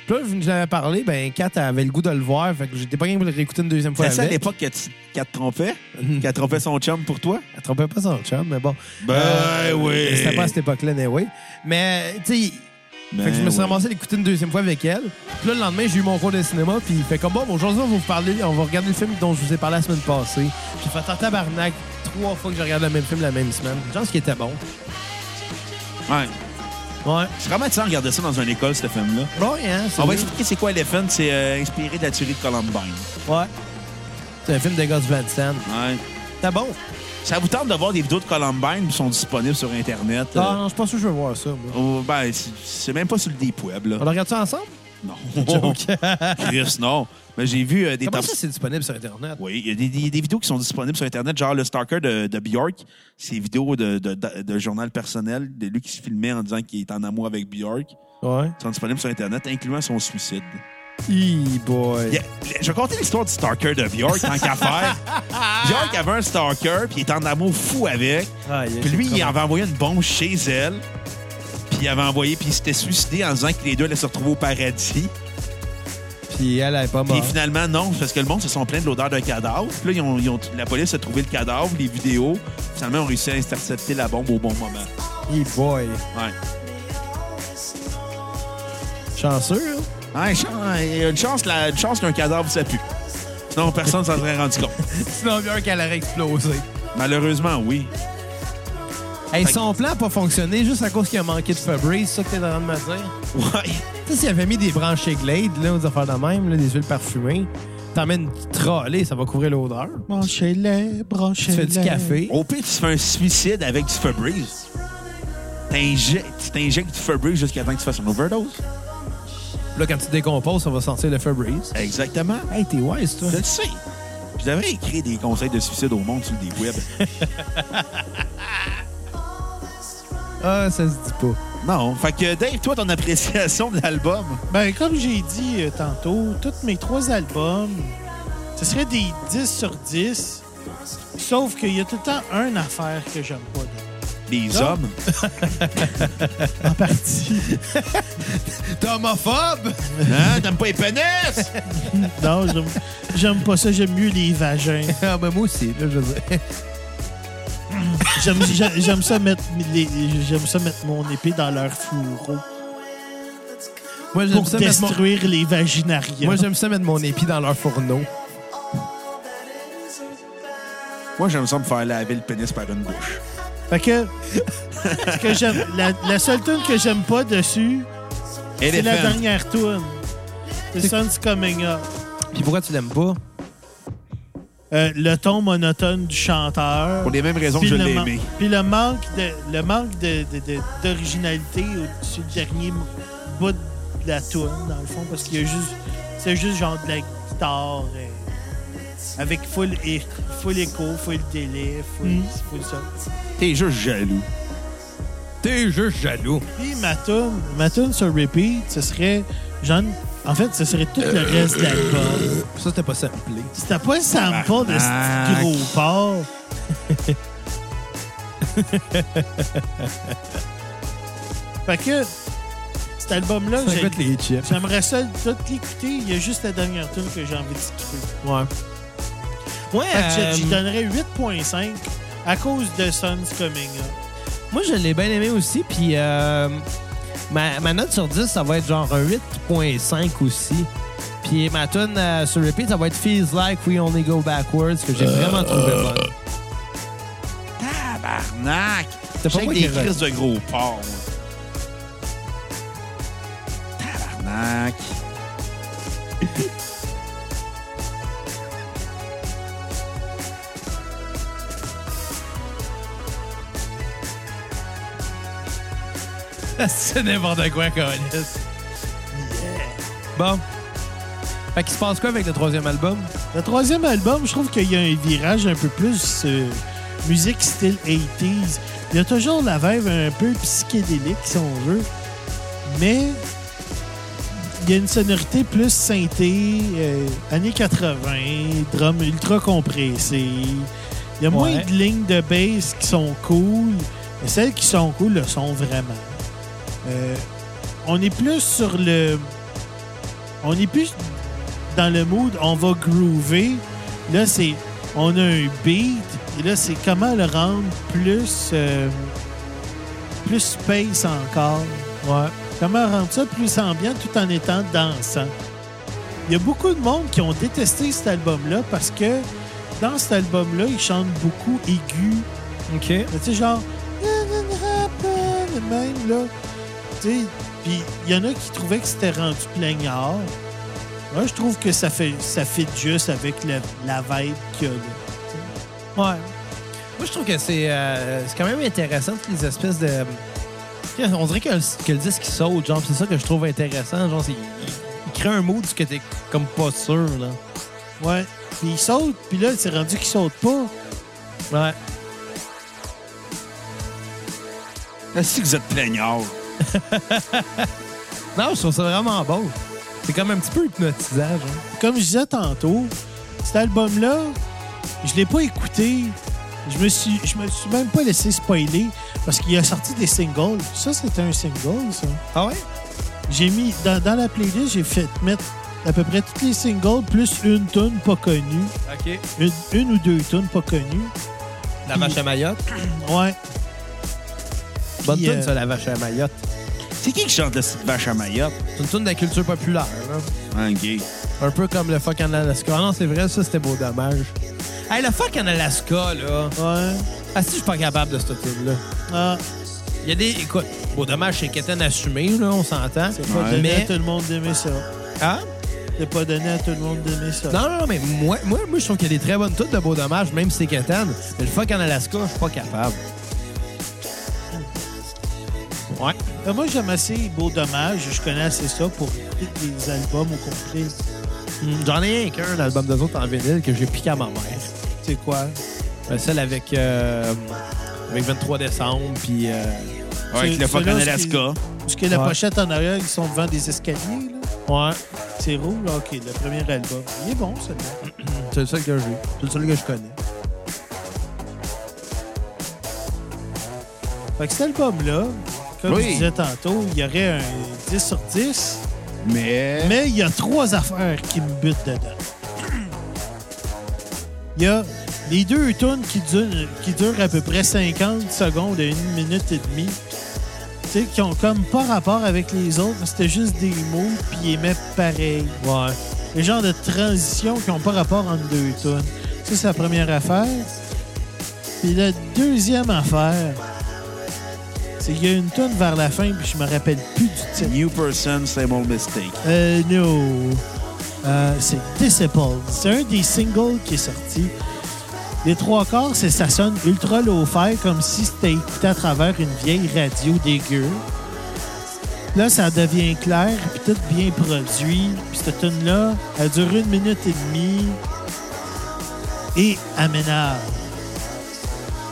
[SPEAKER 1] Puis là, je lui avais parlé, ben, Kat avait le goût de le voir. Fait que j'étais pas game de le réécouter une deuxième fois.
[SPEAKER 2] C'est ça à
[SPEAKER 1] avec. Mhm.
[SPEAKER 2] l'époque qu'elle te qu'elle te trompait? Qu'elle trompait son chum pour toi?
[SPEAKER 1] Elle trompait pas son chum, mais bon. Euh,
[SPEAKER 2] Ben oui.
[SPEAKER 1] C'était pas à cette époque-là, mais oui. Mais, tu sais, fait que je me
[SPEAKER 2] Ben
[SPEAKER 1] suis ramassé à l'écouter une deuxième fois avec elle. Puis là, le lendemain, j'ai eu mon cours de cinéma. Puis il fait comme bon, aujourd'hui, on va vous parler, on va regarder le film dont je vous ai parlé la semaine passée. J'ai fait un tabarnak trois fois que je regarde le même film la même semaine. Je pense qu'il était bon.
[SPEAKER 2] Ouais.
[SPEAKER 1] Ouais.
[SPEAKER 2] C'est traumatisant de regarder ça dans une école, ce film-là.
[SPEAKER 1] Bon, hein, c'est
[SPEAKER 2] On
[SPEAKER 1] vrai.
[SPEAKER 2] va expliquer c'est quoi Elephant. C'est euh, inspiré de la tuerie de Columbine.
[SPEAKER 1] Ouais. C'est un film de Gus Van Sant.
[SPEAKER 2] Ouais.
[SPEAKER 1] T'as bon?
[SPEAKER 2] Ça vous tente de voir des vidéos de Columbine qui sont disponibles sur Internet? euh,
[SPEAKER 1] Ah, non, je pense que je veux voir ça, moi.
[SPEAKER 2] oh, ben, c'est- c'est même pas sur le Deep Web, là.
[SPEAKER 1] On le regarde ça ensemble?
[SPEAKER 2] Non.
[SPEAKER 1] Joke.
[SPEAKER 2] Chris, non. Mais j'ai vu euh, des
[SPEAKER 1] Comment
[SPEAKER 2] top-
[SPEAKER 1] ça, c'est disponible sur Internet?
[SPEAKER 2] Oui, il y a des, des- des vidéos qui sont disponibles sur Internet, genre le stalker de, de Bjork, ces vidéos de, de, de- de journal personnel, de lui qui se filmait en disant qu'il est en amour avec Bjork,
[SPEAKER 1] Ouais.
[SPEAKER 2] sont disponibles sur Internet, incluant son suicide.
[SPEAKER 1] E-boy.
[SPEAKER 2] Il y a- je vais conter l'histoire du stalker de Bjork, tant qu'à faire. Bjork avait un stalker, puis il était en amour fou avec.
[SPEAKER 1] Aïe,
[SPEAKER 2] Puis lui,
[SPEAKER 1] c'est
[SPEAKER 2] il
[SPEAKER 1] trop-
[SPEAKER 2] avait envoyé une bombe chez elle. Puis il avait envoyé, puis il s'était suicidé en disant que les deux allaient se retrouver au paradis.
[SPEAKER 1] Puis elle, elle est pas
[SPEAKER 2] Puis
[SPEAKER 1] morte.
[SPEAKER 2] finalement, non, parce que le monde se sont plaints de l'odeur d'un cadavre. Puis là, ils ont- ils ont- la police a trouvé le cadavre, les vidéos. Finalement, ils ont réussi à intercepter la bombe au bon moment.
[SPEAKER 1] E-boy.
[SPEAKER 2] Ouais.
[SPEAKER 1] Chanceux, hein?
[SPEAKER 2] Ouais, chan- ouais, une chance, la- une chance qu'un cadavre, ça pue. Sinon, personne ne s'en serait rendu compte.
[SPEAKER 1] Sinon, bien qu'elle aurait explosé.
[SPEAKER 2] Malheureusement, oui.
[SPEAKER 1] Hey, son plan n'a pas fonctionné juste à cause qu'il a manqué de Febreze, c'est ça que t'es en train de me dire?
[SPEAKER 2] Ouais.
[SPEAKER 1] Tu sais, s'il avait mis des branches chez Glade, là, aux affaires de même, là, des huiles parfumées, t'emmènes du trolley, ça va couvrir l'odeur.
[SPEAKER 3] Branchez-les,
[SPEAKER 1] Tu
[SPEAKER 3] branchez-les.
[SPEAKER 1] fais du café.
[SPEAKER 2] Au pire, tu fais un suicide avec du Febreze. T'injectes- Tu t'injectes du Febreze jusqu'à temps que tu fasses une overdose.
[SPEAKER 1] Là, quand tu décomposes, ça va sentir le Febreze.
[SPEAKER 2] Exactement.
[SPEAKER 1] Hey, t'es wise, toi.
[SPEAKER 2] Je le sais. Je devrais écrire des conseils de suicide au monde sur le deep web.
[SPEAKER 1] Ah, ça se dit pas.
[SPEAKER 2] Non. Fait que Dave, toi, ton appréciation de l'album.
[SPEAKER 3] Ben, comme j'ai dit euh, tantôt, tous mes trois albums, ce serait des 10 sur 10, sauf qu'il y a tout le temps une affaire que j'aime pas. dedans.
[SPEAKER 2] Les
[SPEAKER 3] Non.
[SPEAKER 2] hommes.
[SPEAKER 3] En partie.
[SPEAKER 1] T'es homophobe?
[SPEAKER 2] Hein? T'aimes pas les pénis?
[SPEAKER 3] non, j'aime- j'aime pas ça, j'aime mieux les vagins.
[SPEAKER 1] ah, ben moi aussi, là, je veux dire.
[SPEAKER 3] J'aime j'a- j'aime ça, mettre les- j'aime ça mettre mon épée dans leur fourreau
[SPEAKER 1] Moi, j'aime
[SPEAKER 3] pour
[SPEAKER 1] ça mettre mon...
[SPEAKER 3] détruire les vaginariens.
[SPEAKER 1] Moi, j'aime ça mettre mon épi dans leur fourneau.
[SPEAKER 2] Moi, j'aime ça me faire laver le pénis par une bouche.
[SPEAKER 3] Fait que, ce que j'aime- la, la seule tune que j'aime pas dessus, c'est la
[SPEAKER 2] Elephant.
[SPEAKER 3] dernière tune. The Sun's Coming Up.
[SPEAKER 1] Puis pourquoi tu l'aimes pas?
[SPEAKER 3] Euh, le ton monotone du chanteur.
[SPEAKER 2] Pour les mêmes raisons que
[SPEAKER 3] Puis
[SPEAKER 2] je
[SPEAKER 3] le
[SPEAKER 2] l'ai
[SPEAKER 3] man-
[SPEAKER 2] aimé.
[SPEAKER 3] Puis le manque de le manque de- de- de- d'originalité au- sur le dernier m- bout de la toune, dans le fond, parce qu'il y a juste. C'est juste genre de la guitare euh, avec full, é- full écho, full délai, full,
[SPEAKER 2] Mm.
[SPEAKER 3] full ça.
[SPEAKER 2] T'es juste jaloux.
[SPEAKER 1] T'es juste jaloux.
[SPEAKER 3] Puis ma toune, ma toune sur repeat, ce serait. Genre, en fait, ce serait tout le reste de l'album.
[SPEAKER 1] Ça, c'était pas samplé.
[SPEAKER 3] C'était pas un sample de ce gros porc. fait que cet album-là,
[SPEAKER 1] Ça
[SPEAKER 3] j'ai-
[SPEAKER 1] goûte les chips.
[SPEAKER 3] j'aimerais ça tout l'écouter. Il y a juste la dernière tune que j'ai envie de skipper.
[SPEAKER 1] Ouais. Ouais,
[SPEAKER 3] Fait que
[SPEAKER 1] euh,
[SPEAKER 3] je- J'y donnerais 8.5 à cause de Sun's Coming Up.
[SPEAKER 1] moi, je l'ai bien aimé aussi. Puis euh, ma, ma note sur 10, ça va être genre un 8.5 aussi. Puis ma tune euh, sur repeat, ça va être Feels Like We Only Go Backwards, que j'ai vraiment trouvé bonne.
[SPEAKER 2] Tabarnak!
[SPEAKER 1] C'est pas
[SPEAKER 2] J'ai
[SPEAKER 1] moi
[SPEAKER 2] des
[SPEAKER 1] qui ai
[SPEAKER 2] crises de gros porc, moi. Tabarnak!
[SPEAKER 1] C'est n'importe quoi, Colis. Bon. Fait qu'il se passe quoi avec le troisième album?
[SPEAKER 3] Le troisième album, je trouve qu'il y a un virage un peu plus euh, musique style 80s. Il y a toujours la vibe un peu psychédélique, si on veut. Mais il y a une sonorité plus synthé, euh, années 80, drum ultra compressé. Il y a moins
[SPEAKER 1] Ouais.
[SPEAKER 3] de lignes de bass qui sont cool, mais celles qui sont cool le sont vraiment. Euh, on est plus sur le. On est plus dans le mood, on va groover. Là, c'est. On a un beat. Et là, c'est comment le rendre plus. euh, plus space encore. Ouais. Comment rendre ça plus ambiant tout en étant dansant. Il y a beaucoup de monde qui ont détesté cet album-là parce que dans cet album-là, ils chantent beaucoup aigu.
[SPEAKER 1] OK.
[SPEAKER 3] Mais Tu sais, genre. Nothing happened, le même, là. Tu sais, puis il y en a qui trouvaient que c'était rendu plaignard. Moi, je trouve que ça fait ça fit juste avec le- la vibe qu'il y a là.
[SPEAKER 1] Ouais. Moi, je trouve que c'est euh, c'est quand même intéressant, toutes les espèces de. euh, On dirait que le, que le disque il saute, genre, pis c'est ça que je trouve intéressant. Genre, c'est- il, il crée un mood que t'es comme pas sûr, là.
[SPEAKER 3] Ouais. Puis il saute, puis là, c'est rendu qu'il saute pas.
[SPEAKER 1] Ouais.
[SPEAKER 2] Est-ce que vous êtes plaignard?
[SPEAKER 1] Non, je trouve ça vraiment beau. C'est comme un petit peu hypnotisant, genre.
[SPEAKER 3] Comme je disais tantôt, cet album-là, je l'ai pas écouté. Je me suis je me suis même pas laissé spoiler parce qu'il a sorti des singles. Ça, c'était un single, ça.
[SPEAKER 1] Ah ouais?
[SPEAKER 3] J'ai mis dans, dans la playlist, j'ai fait mettre à peu près tous les singles plus une tune pas connue,
[SPEAKER 1] OK.
[SPEAKER 3] une, une ou deux tunes pas connues.
[SPEAKER 1] La vache à Mayotte.
[SPEAKER 3] Ouais.
[SPEAKER 1] Bonne
[SPEAKER 3] Puis,
[SPEAKER 1] tune,
[SPEAKER 3] euh,
[SPEAKER 1] ça, la vache à Mayotte.
[SPEAKER 2] C'est qui qui chante la petite vache à Mayotte?
[SPEAKER 1] C'est une tune de la culture populaire, là.
[SPEAKER 2] Ah, Ok.
[SPEAKER 1] Un peu comme le fuck en Alaska. Ah non, c'est vrai, ça, c'était beau dommage. Hey, le fuck en Alaska, là.
[SPEAKER 3] Ouais.
[SPEAKER 1] Ah, si, je suis pas capable de ce tune-là.
[SPEAKER 3] Ah,
[SPEAKER 1] Il y a des. Écoute, bon, dommage, c'est Kéten assumé, là, on s'entend.
[SPEAKER 3] c'est pas donné à
[SPEAKER 1] Mais.
[SPEAKER 3] tout le monde d'aimer ça.
[SPEAKER 1] Ah?
[SPEAKER 3] C'est pas donné à tout le monde d'aimer ça.
[SPEAKER 1] Non, non, non, mais moi, moi, moi je trouve qu'il y a des très bonnes toutes de beaux dommages, même si c'est Kéten. Mais le fuck en Alaska, je suis pas capable. Ouais.
[SPEAKER 3] Euh, Moi, j'aime assez Beau Dommage. Je connais assez ça pour tous les albums au complet.
[SPEAKER 1] Mm, J'en ai rien qu'un, l'album des autres en vinyle, que j'ai piqué à ma mère.
[SPEAKER 3] C'est quoi?
[SPEAKER 1] Euh, celle avec, euh, avec 23 décembre, puis. euh,
[SPEAKER 2] Ouais, avec le fuck en
[SPEAKER 3] celui-là,
[SPEAKER 2] Alaska.
[SPEAKER 3] Parce que la
[SPEAKER 1] Ouais.
[SPEAKER 3] pochette en arrière, ils sont devant des escaliers. là.
[SPEAKER 1] ouais,
[SPEAKER 3] C'est rouge, là. OK, le premier album. Il est bon, celui-là.
[SPEAKER 1] c'est le seul que j'ai. C'est le seul que je connais.
[SPEAKER 3] Fait que cet album-là, comme
[SPEAKER 2] Oui.
[SPEAKER 3] je disais tantôt, il y aurait un 10 sur 10,
[SPEAKER 4] Mais.
[SPEAKER 3] mais il y a trois affaires qui me butent dedans. Il y a les deux tunes qui durent, qui durent à peu près 50 secondes à une minute et demie, tu sais, qui ont comme pas rapport avec les autres, mais c'était juste des mots, puis ils émettent pareil.
[SPEAKER 1] Ouais.
[SPEAKER 3] Les genres de transitions qui n'ont pas rapport entre deux tunes. Ça, c'est la première affaire. Puis la deuxième affaire, c'est qu'il y a une tune vers la fin, puis je me rappelle plus du titre.
[SPEAKER 2] New person, same old mistake.
[SPEAKER 3] Euh, no. Euh, c'est Disciples. C'est un des singles qui est sorti. Les trois quarts, c'est ça sonne ultra low fi comme si c'était écouté à travers une vieille radio dégueu. Là, ça devient clair, puis tout bien produit. Puis cette tune-là, elle dure une minute et demie et aménage.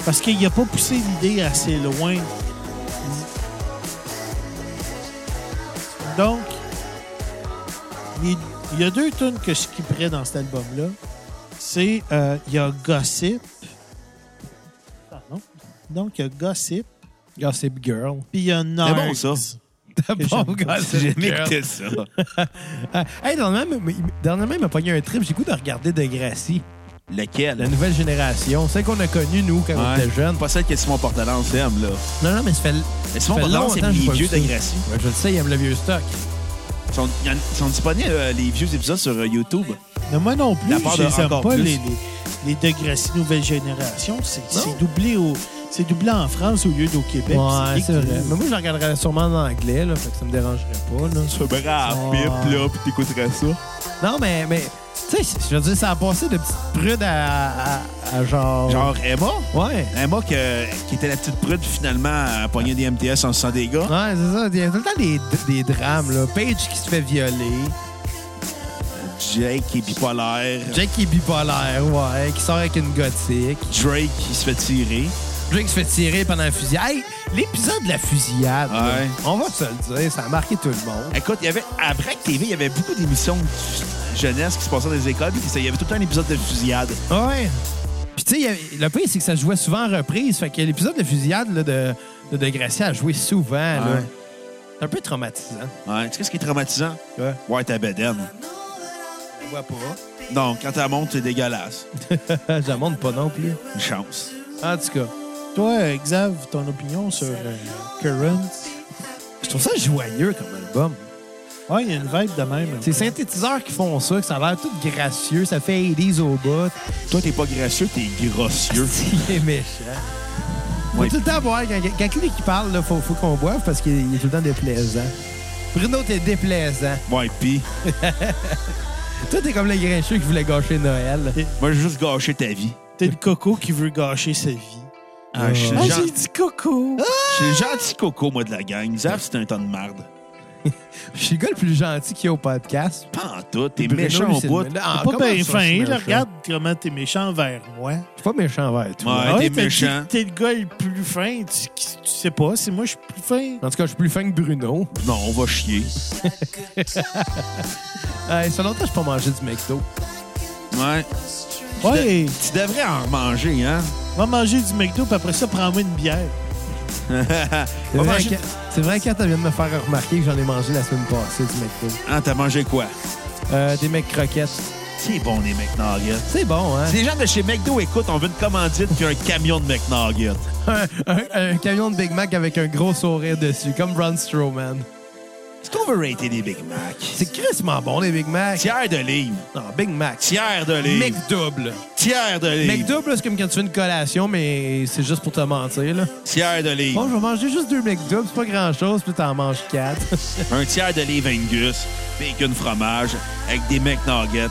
[SPEAKER 3] Parce qu'il n'a pas poussé l'idée assez loin. Donc, il il y a deux tunes que je skipperais dans cet album-là. C'est, euh, il y a Gossip. Pardon. Donc, il y a Gossip.
[SPEAKER 1] Gossip Girl.
[SPEAKER 3] Puis il y a
[SPEAKER 2] C'est
[SPEAKER 3] Nerds.
[SPEAKER 2] bon, ça.
[SPEAKER 1] T'as pas
[SPEAKER 3] j'aime
[SPEAKER 2] J'ai
[SPEAKER 1] Gossip
[SPEAKER 2] jamais
[SPEAKER 1] Girl.
[SPEAKER 2] écouté ça.
[SPEAKER 1] Euh, hey, dernièrement, il m'a- dernièrement, il m'a pogné un trip. J'ai le goût de regarder Degrassi, la
[SPEAKER 2] Lequel?
[SPEAKER 1] nouvelle génération. Celle qu'on a connue, nous, quand on
[SPEAKER 2] Ouais.
[SPEAKER 1] était jeunes.
[SPEAKER 2] Pas celle que Simon Portalance aime, là.
[SPEAKER 1] Non, non, mais ça fait,
[SPEAKER 2] Mais
[SPEAKER 1] ça
[SPEAKER 2] Simon
[SPEAKER 1] fait
[SPEAKER 2] Portalance
[SPEAKER 1] longtemps que
[SPEAKER 2] aime
[SPEAKER 1] j'ai
[SPEAKER 2] les
[SPEAKER 1] pas vu
[SPEAKER 2] vieux
[SPEAKER 1] ça.
[SPEAKER 2] d'Agrassi.
[SPEAKER 1] Ouais, Je le sais, il aime le vieux stock.
[SPEAKER 2] Ils sont, y en- ils sont disponibles, euh, les vieux épisodes sur euh, YouTube.
[SPEAKER 3] Mais moi non plus,
[SPEAKER 2] La part
[SPEAKER 3] je
[SPEAKER 2] de
[SPEAKER 3] les aime
[SPEAKER 2] encore
[SPEAKER 3] pas,
[SPEAKER 2] plus.
[SPEAKER 3] les, les, les Degrassi Nouvelle Génération. C'est
[SPEAKER 2] Non.
[SPEAKER 3] c'est doublé, au- c'est doublé en France au lieu d'au Québec.
[SPEAKER 1] Ouais, c'est
[SPEAKER 3] dégueu.
[SPEAKER 1] vrai. Mais moi, je le regarderais sûrement en anglais, là, fait que ça me dérangerait pas. Là.
[SPEAKER 2] Tu brave,
[SPEAKER 1] pipe, là,
[SPEAKER 2] puis t'écouterais ça.
[SPEAKER 1] Non, mais, mais tu sais, je veux dire, ça a passé de petite prude à, à- à genre.
[SPEAKER 2] Genre Emma.
[SPEAKER 1] Ouais.
[SPEAKER 2] Emma que- qui était la petite prude, finalement, à pogner des MTS en se sent des gars.
[SPEAKER 1] Ouais, c'est ça. Il y a tout le temps des, des drames, là. Paige qui se fait violer.
[SPEAKER 2] Jake qui est bipolaire.
[SPEAKER 1] Jake qui est bipolaire, ouais. Qui sort avec une gothique.
[SPEAKER 2] Drake qui se fait tirer.
[SPEAKER 1] Drake se fait tirer pendant la fusillade. Hey, l'épisode de la fusillade, là,
[SPEAKER 2] Ouais.
[SPEAKER 1] on va se le dire, ça a marqué tout le monde.
[SPEAKER 2] Écoute, il y avait, à Braque TV, il y avait beaucoup d'émissions de jeunesse qui se passaient dans les écoles, puis il y avait tout le temps un épisode de fusillade.
[SPEAKER 1] Ouais. Puis tu sais, il y avait- le pire, c'est que ça se jouait souvent en reprise. Fait que l'épisode de fusillade là, de, de Degrassi a joué souvent. là.
[SPEAKER 2] Ouais.
[SPEAKER 1] C'est un peu traumatisant.
[SPEAKER 2] Ouais. Tu sais ce qui est traumatisant?
[SPEAKER 1] Ouais.
[SPEAKER 2] Ouais, ta bedaine.
[SPEAKER 1] Je vois pas.
[SPEAKER 2] Non, quand t'as monte, c'est dégueulasse.
[SPEAKER 1] Je la montre pas non plus.
[SPEAKER 2] Une chance.
[SPEAKER 1] En tout cas,
[SPEAKER 3] Toi, euh, Xav, ton opinion sur euh, Current?
[SPEAKER 1] je trouve ça joyeux comme album.
[SPEAKER 3] Ouais, il y a une vibe de même.
[SPEAKER 1] C'est les synthétiseurs qui font ça, que ça a l'air tout gracieux, ça fait 80s au bout.
[SPEAKER 2] Toi, t'es pas gracieux, t'es grossieux.
[SPEAKER 1] Il est méchant. Faut
[SPEAKER 2] Ouais.
[SPEAKER 1] tout le temps boire. Quand, quand quelqu'un qui parle, il faut, faut qu'on boive parce qu'il est- il est tout le temps déplaisant. Bruno, t'es déplaisant.
[SPEAKER 2] Ouais, pis.
[SPEAKER 1] Toi, t'es comme le grincheux qui voulait gâcher Noël.
[SPEAKER 2] Moi, j'ai juste gâché ta vie.
[SPEAKER 3] T'es le coco qui veut gâcher sa vie.
[SPEAKER 2] Ah, je suis
[SPEAKER 1] Ah,
[SPEAKER 2] le gen-
[SPEAKER 3] dit coco!
[SPEAKER 2] je suis le gentil coco, moi, de la gang. Zap, c'est un ton de marde.
[SPEAKER 1] Je suis le gars le plus gentil qui est au podcast.
[SPEAKER 2] Pas en tout, t'es
[SPEAKER 1] Bruno,
[SPEAKER 2] méchant
[SPEAKER 1] lui,
[SPEAKER 2] au
[SPEAKER 1] c'est
[SPEAKER 2] bout.
[SPEAKER 1] le-
[SPEAKER 2] Ouais,
[SPEAKER 1] Ah,
[SPEAKER 3] T'es
[SPEAKER 1] comment
[SPEAKER 3] pas bien
[SPEAKER 1] ça, je suis
[SPEAKER 3] fin, là.
[SPEAKER 1] méchant?
[SPEAKER 3] Regarde comment t'es méchant envers moi.
[SPEAKER 1] Je suis pas méchant envers toi.
[SPEAKER 3] Ah ouais,
[SPEAKER 2] t'es
[SPEAKER 3] t'as dit
[SPEAKER 2] méchant.
[SPEAKER 3] que T'es le gars le plus fin. Tu, qui- tu sais pas, c'est moi, je suis plus fin.
[SPEAKER 1] En tout cas, je suis plus fin que Bruno.
[SPEAKER 2] Non, on va chier.
[SPEAKER 1] Euh, ça fait longtemps que je pas mangé du McDo.
[SPEAKER 2] Ouais.
[SPEAKER 3] Ouais,
[SPEAKER 2] Tu devrais en manger, hein?
[SPEAKER 3] va manger du McDo, puis après ça, prends-moi une bière.
[SPEAKER 1] C'est
[SPEAKER 2] Va
[SPEAKER 1] vrai,
[SPEAKER 2] manger-
[SPEAKER 1] que- c'est vrai que quand t'as vient de me faire remarquer que j'en ai mangé la semaine passée du McDo.
[SPEAKER 2] Ah, t'as mangé quoi?
[SPEAKER 1] Euh, des mecs croquettes.
[SPEAKER 2] C'est bon, les McNuggets.
[SPEAKER 1] C'est bon, hein?
[SPEAKER 2] Si les gens de chez McDo écoutent, on veut une commandite puis un camion de McNuggets.
[SPEAKER 1] un, un- un camion de Big Mac avec un gros sourire dessus, comme Ron Strowman.
[SPEAKER 2] C'est overrated, les Big Mac.
[SPEAKER 1] C'est crissement bon, les Big Mac.
[SPEAKER 2] Tiers de livre.
[SPEAKER 1] Non, Big Mac.
[SPEAKER 2] Tiers de livre.
[SPEAKER 1] Mec double.
[SPEAKER 2] Tiers de livre.
[SPEAKER 1] Mec double, c'est comme quand tu fais une collation, mais c'est juste pour te mentir, là.
[SPEAKER 2] Tiers de livre.
[SPEAKER 1] Bon, Oh, je vais manger juste deux Mc doubles, c'est pas grand-chose, puis t'en manges quatre.
[SPEAKER 2] Un tiers de livre Angus, bacon fromage, avec des McNuggets.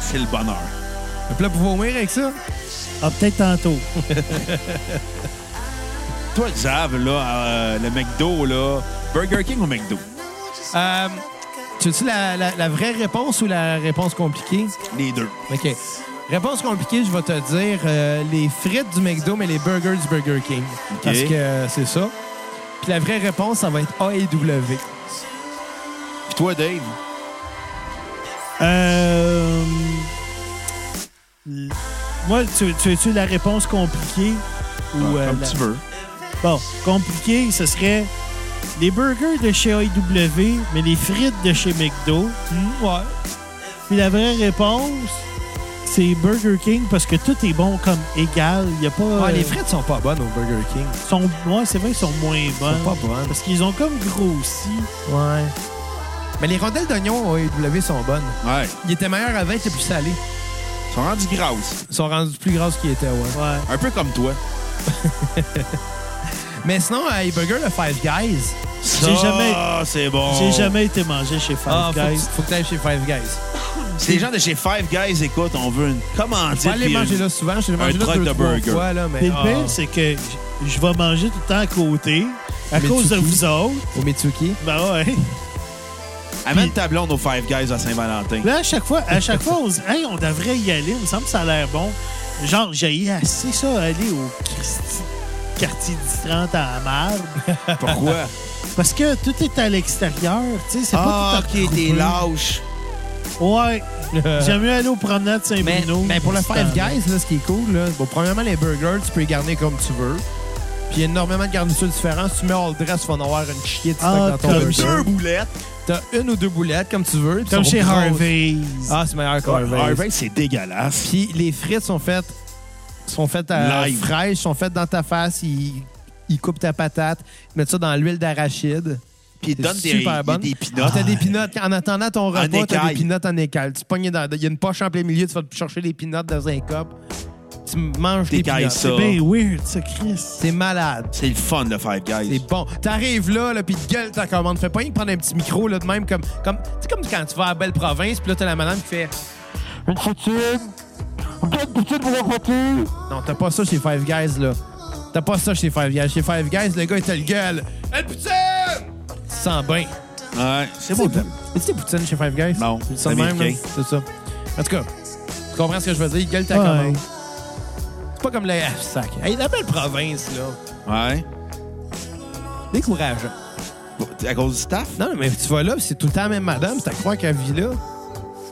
[SPEAKER 2] C'est le bonheur.
[SPEAKER 1] puis là, pour vomir avec ça,
[SPEAKER 3] Ah, peut-être tantôt.
[SPEAKER 2] Toi, Xav, là, euh, le McDo, là, Burger King ou McDo?
[SPEAKER 1] euh, tu veux-tu la, la- la vraie réponse ou la réponse compliquée?
[SPEAKER 2] Les deux.
[SPEAKER 1] OK. Réponse compliquée, je vais te dire euh, les frites du McDo, mais les burgers du Burger King. Parce que euh, c'est ça. Puis la vraie réponse, ça va être A et W.
[SPEAKER 2] Puis toi, Dave?
[SPEAKER 3] Euh, l- Moi, tu, tu tu la réponse compliquée? Ou, euh,
[SPEAKER 2] Ah, Comme
[SPEAKER 3] la-
[SPEAKER 2] tu veux.
[SPEAKER 3] Bon, compliqué, ce serait les burgers de chez AEW, mais les frites de chez McDo.
[SPEAKER 1] ouais.
[SPEAKER 3] Puis la vraie réponse, c'est Burger King parce que tout est bon comme égal. Il y a pas.
[SPEAKER 1] Ouais, les
[SPEAKER 3] euh,
[SPEAKER 1] frites sont pas bonnes au Burger King.
[SPEAKER 3] sont, ouais, c'est vrai, ils sont moins
[SPEAKER 1] Elles
[SPEAKER 3] bonnes.
[SPEAKER 1] sont pas bonnes.
[SPEAKER 3] Parce qu'ils ont comme grossi.
[SPEAKER 1] Ouais. Mais les rondelles d'oignon au AEW sont bonnes.
[SPEAKER 2] Ouais.
[SPEAKER 1] Ils étaient meilleurs avant, ils étaient plus salés.
[SPEAKER 2] Ils sont rendus grasses.
[SPEAKER 1] Ils sont rendus plus grasses qu'ils étaient, ouais.
[SPEAKER 3] Ouais.
[SPEAKER 2] Un peu comme toi.
[SPEAKER 1] Mais sinon, à Burger, le Five Guys.
[SPEAKER 2] Ça,
[SPEAKER 3] jamais-
[SPEAKER 2] c'est bon.
[SPEAKER 3] J'ai jamais été mangé chez Five
[SPEAKER 1] Oh. Ah, faut que tu-
[SPEAKER 3] Guys.
[SPEAKER 1] faut que t'ailles chez Five Guys.
[SPEAKER 2] Si les gens de chez Five Guys écoutent, on veut une
[SPEAKER 1] Je vais
[SPEAKER 2] commandite.
[SPEAKER 1] aller
[SPEAKER 2] puis
[SPEAKER 1] manger
[SPEAKER 2] une-
[SPEAKER 1] là souvent. Je l'ai mangé là
[SPEAKER 2] truck
[SPEAKER 1] deux,
[SPEAKER 2] de
[SPEAKER 1] trois
[SPEAKER 2] burger.
[SPEAKER 1] fois, là, mais...
[SPEAKER 3] Puis le
[SPEAKER 1] Ah.
[SPEAKER 3] pire, c'est que j- je vais manger tout le temps à côté à
[SPEAKER 1] Mais tu
[SPEAKER 3] cause de
[SPEAKER 1] kiffes.
[SPEAKER 3] vous autres.
[SPEAKER 1] Au Mitsuki.
[SPEAKER 3] Ben ouais.
[SPEAKER 2] Amène ta blonde aux Five Guys à Saint-Valentin.
[SPEAKER 3] Là, à chaque fois, à chaque fois, on se dit, hey, on devrait y aller. Il me semble que ça a l'air bon. Genre, j'ai assez ça à aller au Christi- quartier du 30 à Marbre.
[SPEAKER 2] Pourquoi?
[SPEAKER 3] Parce que tout est à l'extérieur. Tu sais, c'est
[SPEAKER 2] Ah,
[SPEAKER 1] Ah,
[SPEAKER 3] pas tout à couper.
[SPEAKER 2] lâche.
[SPEAKER 3] Ouais.
[SPEAKER 1] Euh.
[SPEAKER 3] J'aime mieux aller au promenade
[SPEAKER 1] Mais,
[SPEAKER 3] Saint-Bruno.
[SPEAKER 1] mais pour le
[SPEAKER 3] C'est
[SPEAKER 1] Five
[SPEAKER 3] en-
[SPEAKER 1] Guys, là, ce qui est cool, là, bon, premièrement, les burgers, tu peux les garnir comme tu veux. Puis il y a énormément de garnitures différentes. Si tu mets all dress, tu vas en avoir une chier de stock
[SPEAKER 3] Ah,
[SPEAKER 1] dans ton
[SPEAKER 3] comme
[SPEAKER 1] burger.
[SPEAKER 2] Deux boulettes.
[SPEAKER 1] T'as une ou deux boulettes, comme tu veux. puis
[SPEAKER 3] Comme
[SPEAKER 1] sont
[SPEAKER 3] chez
[SPEAKER 1] grosses.
[SPEAKER 3] Harvey's.
[SPEAKER 1] Ah, c'est meilleur qu'Harvey's.
[SPEAKER 2] Harvey, c'est dégueulasse.
[SPEAKER 1] Puis les frites sont faites sont faites à
[SPEAKER 2] Live.
[SPEAKER 1] fraîche, sont faites dans ta face, ils, ils coupent ta patate, ils mettent ça dans l'huile d'arachide.
[SPEAKER 2] Puis il
[SPEAKER 1] C'est
[SPEAKER 2] donne des,
[SPEAKER 1] super
[SPEAKER 2] il-
[SPEAKER 1] bonne.
[SPEAKER 2] des
[SPEAKER 1] Ah,
[SPEAKER 2] pinottes.
[SPEAKER 1] t'as des pinottes. En attendant ton repas, t'as
[SPEAKER 2] écaille.
[SPEAKER 1] des pinottes en écaille. Tu pognes dans. Il y a une poche en plein milieu, tu vas te chercher les pinottes dans un cop. Tu manges des
[SPEAKER 2] T'écailles
[SPEAKER 1] pinottes.
[SPEAKER 2] ça.
[SPEAKER 1] C'est-
[SPEAKER 3] C'est bien weird, ça, Chris.
[SPEAKER 1] C'est malade.
[SPEAKER 2] C'est le fun, le Five Guys.
[SPEAKER 1] C'est bon. T'arrives là, là, puis te gueule ta commande. Fais pas rien que prendre un petit micro, là, de même, comme. comme tu sais, comme quand tu vas à Belle Province, puis là, t'as la madame qui fait. Une poutine. Une petite poutine pour la poutine. Non, t'as pas ça chez Five Guys, là. T'as pas ça chez Five Guys. Chez Five Guys, le gars, il te le gueule. Une poutine! Tu te sens bien.
[SPEAKER 2] Ouais. C'est beau.
[SPEAKER 1] Poutine. Est-ce que c'est poutine chez Five Guys?
[SPEAKER 2] Non,
[SPEAKER 1] C'est
[SPEAKER 2] c'est
[SPEAKER 1] ça de même, là.
[SPEAKER 2] américain.
[SPEAKER 1] C'est ça. En tout cas, tu comprends ce que je veux dire? Il gueule ta
[SPEAKER 3] Ouais.
[SPEAKER 1] commande. C'est pas comme le ah, sac. Hey, la belle province, là.
[SPEAKER 2] Ouais.
[SPEAKER 1] Décourageant.
[SPEAKER 2] Bon, t'es À cause du staff?
[SPEAKER 1] Non, mais tu vas là, pis c'est tout le temps la même madame, pis t'as croire qu'elle vit là.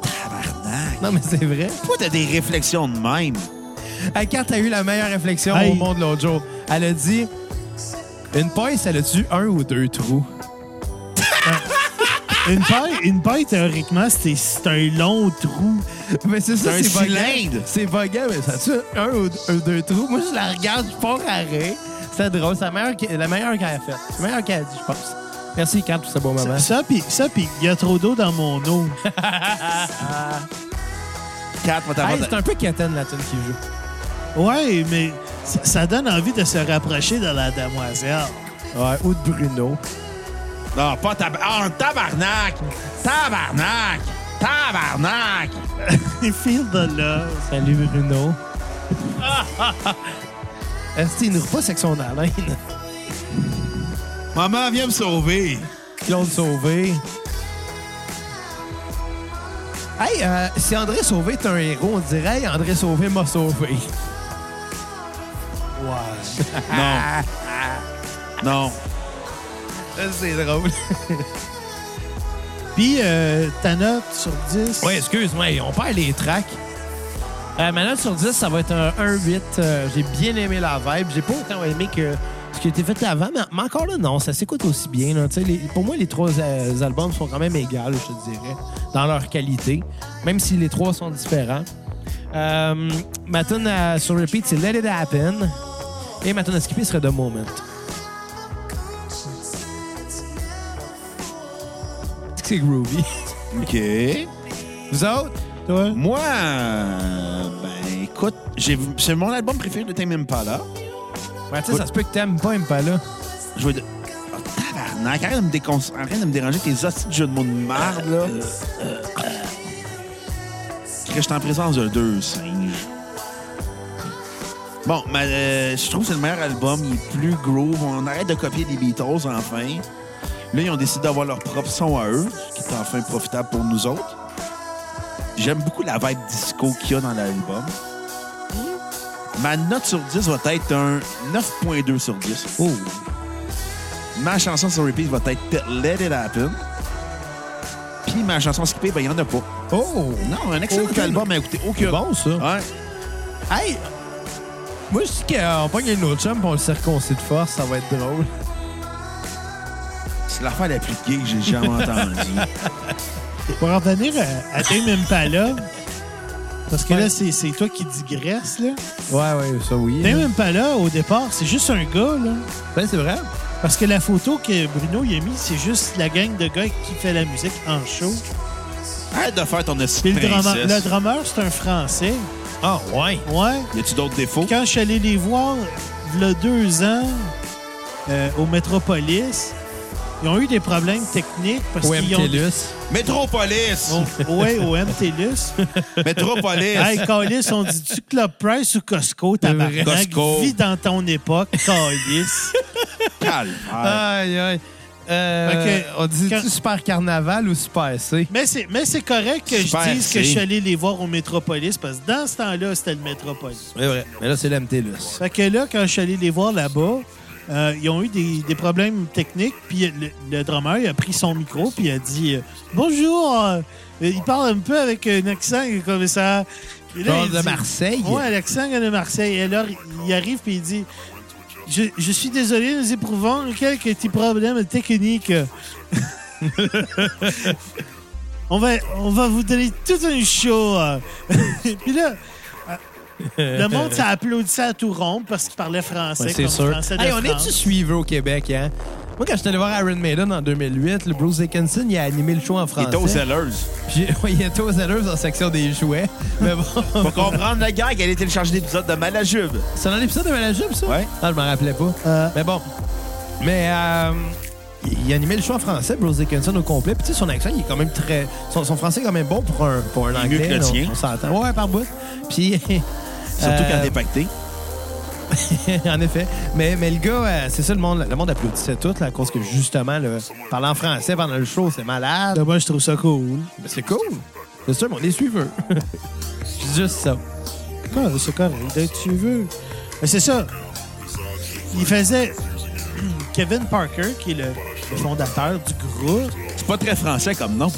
[SPEAKER 2] Tabarnak.
[SPEAKER 1] Non, mais c'est vrai.
[SPEAKER 2] Pourquoi t'as des réflexions de même?
[SPEAKER 1] À quand t'as eu la meilleure réflexion
[SPEAKER 3] Hey.
[SPEAKER 1] au monde l'autre jour? Elle a dit Une pince, elle a-tu un ou deux trous?
[SPEAKER 3] Une paille, une paille, théoriquement, c'est c'est un long trou.
[SPEAKER 1] Mais c'est ça,
[SPEAKER 2] C'est un
[SPEAKER 1] c'est vague.
[SPEAKER 2] cylindre.
[SPEAKER 1] C'est vague, mais ça tu un ou deux, deux trous? Moi, je la regarde, je pars à rire. C'est drôle, c'est la meilleure qu'elle la meilleure qu'elle a faite. La meilleure qu'elle a dit, je pense. Merci, Kat, pour ce beau moment.
[SPEAKER 3] Ça, puis ça, puis il y a trop d'eau dans mon eau.
[SPEAKER 2] Quatre, moi,
[SPEAKER 1] Hey,
[SPEAKER 2] t'as
[SPEAKER 1] c'est un peu Katen, la tune qui joue.
[SPEAKER 3] Ouais, mais ça, ça donne envie de se rapprocher de la demoiselle.
[SPEAKER 1] Ouais, ou de Bruno.
[SPEAKER 2] Non, pas tabarnak. Ah, un tabarnak! Tabarnak! Tabarnak!
[SPEAKER 3] Feel the love.
[SPEAKER 1] Salut, Bruno. Est-ce qu'il nous repasse avec son haleine?
[SPEAKER 2] Maman, viens me sauver.
[SPEAKER 1] Claude Sauvé. Hey, euh, si André Sauvé est un héros, on dirait hey, André Sauvé m'a sauvé.
[SPEAKER 3] Ouais.
[SPEAKER 2] Non. Non.
[SPEAKER 1] C'est drôle.
[SPEAKER 3] Puis euh, ta note sur 10.
[SPEAKER 1] Oui, excuse-moi, on perd les tracks. Euh, ma note sur 10, ça va être un 1-8. Euh, j'ai bien aimé la vibe. J'ai pas autant aimé que ce qui a été fait avant, mais, mais encore là, non, ça s'écoute aussi bien. là. Tu sais, les- pour moi, les trois euh, albums sont quand même égales, je te dirais, dans leur qualité, même si les trois sont différents. Euh, ma tune à- sur repeat, c'est Let It Happen. Et ma tune à skipper serait The Moment. c'est groovy.
[SPEAKER 2] OK.
[SPEAKER 1] Vous autres?
[SPEAKER 3] Toi?
[SPEAKER 2] Moi, euh, ben écoute, j'ai- c'est mon album préféré de Tame Impala.
[SPEAKER 1] Ouais, tu sais, ça se peut que t'aimes pas Impala.
[SPEAKER 2] Je vais... de- Oh, tabarnak, arrête de me, décon- arrête de me déranger avec tes hosties de jeux de mots de marde, là. Je suis en présence de deux singes. Bon, mais, euh, je trouve que c'est le meilleur album. Il est plus groove. On arrête de copier des Beatles, enfin. Là, ils ont décidé d'avoir leur propre son à eux, ce qui est enfin profitable pour nous autres. J'aime beaucoup la vibe disco qu'il y a dans l'album. Ma note sur 10 va être un 9.2 sur 10.
[SPEAKER 1] Oh.
[SPEAKER 2] Ma chanson sur repeat va être Let It Happen. Puis ma chanson skippée, ben, il n'y en a pas.
[SPEAKER 1] Oh!
[SPEAKER 2] Non, un excellent
[SPEAKER 1] Aucune.
[SPEAKER 2] album à écouter. Aucun.
[SPEAKER 1] C'est bon, ça.
[SPEAKER 2] Ouais.
[SPEAKER 1] Hey! Moi, je dis qu'on pogne une autre chum et on le circoncit de force, ça va être drôle.
[SPEAKER 2] C'est l'affaire la plus gay que j'ai jamais entendue.
[SPEAKER 3] Pour en venir à, à Tame Impala, parce que
[SPEAKER 1] Ouais.
[SPEAKER 3] là, c'est c'est toi qui digresses, là.
[SPEAKER 1] Ouais, ouais, ça oui.
[SPEAKER 3] Tame Impala, au départ, c'est juste un gars, là.
[SPEAKER 1] Ouais, c'est vrai.
[SPEAKER 3] Parce que la photo que Bruno y a mis, c'est juste la gang de gars qui fait la musique en show.
[SPEAKER 2] Arrête de faire ton
[SPEAKER 3] Puis
[SPEAKER 2] esprit
[SPEAKER 3] le drummer, le
[SPEAKER 2] princesse.
[SPEAKER 3] drummer, c'est un Français.
[SPEAKER 1] Ah, ouais.
[SPEAKER 3] Ouais.
[SPEAKER 2] Y a-tu d'autres défauts?
[SPEAKER 3] Quand je suis allé les voir, il y a deux ans, euh, au Metropolis, ils ont eu des problèmes techniques parce
[SPEAKER 1] Ou
[SPEAKER 3] qu'ils ont...
[SPEAKER 1] MTLUS.
[SPEAKER 2] Métropolis!
[SPEAKER 3] Au- ouais, au MTLUS.
[SPEAKER 2] Métropolis!
[SPEAKER 3] Hey, Calis, on dit-tu Club Price ou Costco, tabarnak?
[SPEAKER 2] vrai. Costco.
[SPEAKER 3] Vis dans ton époque, Calis.
[SPEAKER 2] Calme.
[SPEAKER 1] Aïe, aïe. Euh,
[SPEAKER 3] Fait que-
[SPEAKER 1] on dit-tu
[SPEAKER 3] quand-
[SPEAKER 1] Super Carnaval ou Super C?
[SPEAKER 3] mais c'est mais c'est correct que
[SPEAKER 2] Super,
[SPEAKER 3] je dise que
[SPEAKER 2] c'est-
[SPEAKER 3] je suis allé les voir au Métropolis parce que dans ce temps-là, c'était le Métropolis.
[SPEAKER 1] C'est vrai. Mais là, c'est l'MTLUS.
[SPEAKER 3] Fait que là, quand je suis allé les voir là-bas, euh, ils ont eu des, des problèmes techniques, puis le, le drummer il a pris son micro, puis il a dit euh, Bonjour! euh, il parle un peu avec un accent comme ça. Puis là,
[SPEAKER 1] Genre
[SPEAKER 3] il
[SPEAKER 1] de
[SPEAKER 3] dit-
[SPEAKER 1] Marseille?
[SPEAKER 3] Ouais, l'accent de Marseille. Et alors, il arrive puis il dit je, je suis désolé, nous éprouvons quelques petits problèmes techniques. on, va, on va vous donner tout un show. hein. puis là, le monde s'applaudissait à tout rond parce qu'il parlait français.
[SPEAKER 1] Ouais,
[SPEAKER 3] comme
[SPEAKER 1] c'est sûr.
[SPEAKER 3] Français de
[SPEAKER 1] Hey, on
[SPEAKER 3] France.
[SPEAKER 1] est-tu suivi au Québec, hein? Moi, quand j'étais allé voir Iron Maiden en 2008, le Bruce Dickinson, il a animé le show en
[SPEAKER 2] Il
[SPEAKER 1] français.
[SPEAKER 2] était aux zèleuses.
[SPEAKER 1] Puis, ouais, il était aux élèves en section des jouets. Mais bon,
[SPEAKER 2] Faut comprendre la gag, elle a téléchargé l'épisode de Malajube.
[SPEAKER 1] c'est dans l'épisode de Malajube, ça?
[SPEAKER 2] Ouais.
[SPEAKER 1] Ah, je m'en rappelais pas.
[SPEAKER 3] Euh,
[SPEAKER 1] Mais bon. Mais euh, il animait le show en français, Bruce Dickinson, au complet. Puis tu sais, son accent, il est quand même très. Son, son français est quand même bon pour un, pour un
[SPEAKER 2] est
[SPEAKER 1] anglais.
[SPEAKER 2] mieux que le
[SPEAKER 1] là,
[SPEAKER 2] tien.
[SPEAKER 1] On, on s'entend. Ouais, par bout. Puis.
[SPEAKER 2] Surtout quand
[SPEAKER 1] euh,
[SPEAKER 2] t'es pacté.
[SPEAKER 1] en effet. Mais, mais le gars, euh, c'est ça, le monde, le monde applaudissait tout, là, à cause que justement, là, parler en français pendant le show, c'est malade.
[SPEAKER 3] là, moi, je trouve ça cool.
[SPEAKER 1] Mais c'est cool. C'est sûr, mais on est suiveux. C'est juste ça.
[SPEAKER 3] Ah, c'est correct, dès que tu veux. Mais c'est ça. Il faisait. Kevin Parker, qui est le, le fondateur du groupe.
[SPEAKER 2] C'est pas très français comme nom.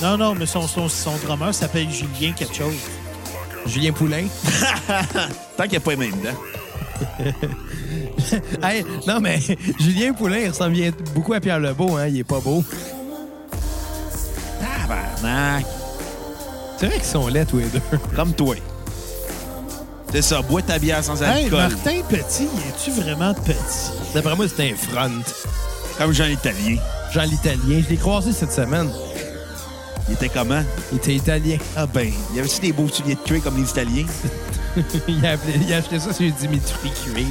[SPEAKER 3] Non, non, mais son, son, son drummer s'appelle Julien quelque chose.
[SPEAKER 1] Julien Poulain.
[SPEAKER 2] Tant qu'il n'y a pas les mêmes dents.
[SPEAKER 1] Hey, non, mais Julien Poulain, il ressemble bien- beaucoup à Pierre Lebeau, hein. Il est pas beau.
[SPEAKER 2] Tabarnak.
[SPEAKER 1] C'est vrai qu'ils sont laids, tous les deux.
[SPEAKER 2] Comme toi. C'est ça, bois ta bière sans
[SPEAKER 3] Hey,
[SPEAKER 2] alcool.
[SPEAKER 3] Martin Petit, es-tu vraiment petit?
[SPEAKER 1] D'après moi, c'est un front.
[SPEAKER 2] Comme Jean Italien.
[SPEAKER 1] Jean l'Italien. Je l'ai croisé cette semaine.
[SPEAKER 2] Il était comment?
[SPEAKER 1] Il était italien.
[SPEAKER 2] Ah ben, il y avait aussi des beaux souliers de cuir comme les Italiens.
[SPEAKER 1] il, a appelé- il a acheté ça sur Dimitri Cuir.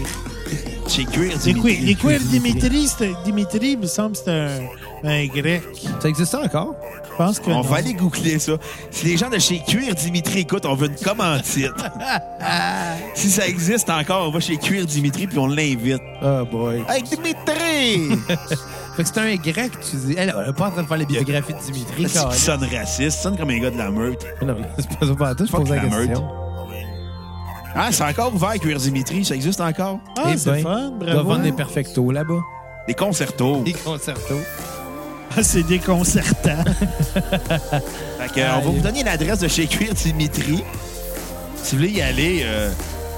[SPEAKER 2] Chez Cuir,
[SPEAKER 3] Les
[SPEAKER 2] Dimitri.
[SPEAKER 3] quoi, les quoi,
[SPEAKER 1] Dimitri.
[SPEAKER 3] Dimitri, c'est- Dimitri, il me semble que c'est un, un grec.
[SPEAKER 1] Ça existe encore?
[SPEAKER 3] Je pense que.
[SPEAKER 2] On
[SPEAKER 3] non.
[SPEAKER 2] va aller googler ça. Si les gens de chez Cuir Dimitri écoutent, on veut une commandite. si ça existe encore, on va chez Cuir Dimitri puis on l'invite.
[SPEAKER 1] Oh boy.
[SPEAKER 2] Hey Dimitri!
[SPEAKER 1] Fait que c'est un grec, tu dis. Elle, on est pas en train de faire les biographies de Dimitri,
[SPEAKER 2] C'est qui
[SPEAKER 1] carrément.
[SPEAKER 2] sonne raciste, sonne comme un gars de la meute.
[SPEAKER 1] Non, c'est pas ça pour tout, je
[SPEAKER 2] Fuck
[SPEAKER 1] pose la
[SPEAKER 2] la meute.
[SPEAKER 1] question.
[SPEAKER 2] Ah, c'est encore ouvert Cuir Dimitri, ça existe encore?
[SPEAKER 3] Ah,
[SPEAKER 1] Eh
[SPEAKER 3] c'est
[SPEAKER 1] ben,
[SPEAKER 3] fun,
[SPEAKER 1] On doit
[SPEAKER 3] bravo.
[SPEAKER 1] vendre des perfectos là-bas.
[SPEAKER 2] Des concertos.
[SPEAKER 1] Des concertos.
[SPEAKER 3] Ah, c'est déconcertant.
[SPEAKER 2] Fait que, euh, on va vous donner l'adresse de chez Cuir Dimitri. Si vous voulez y aller, euh,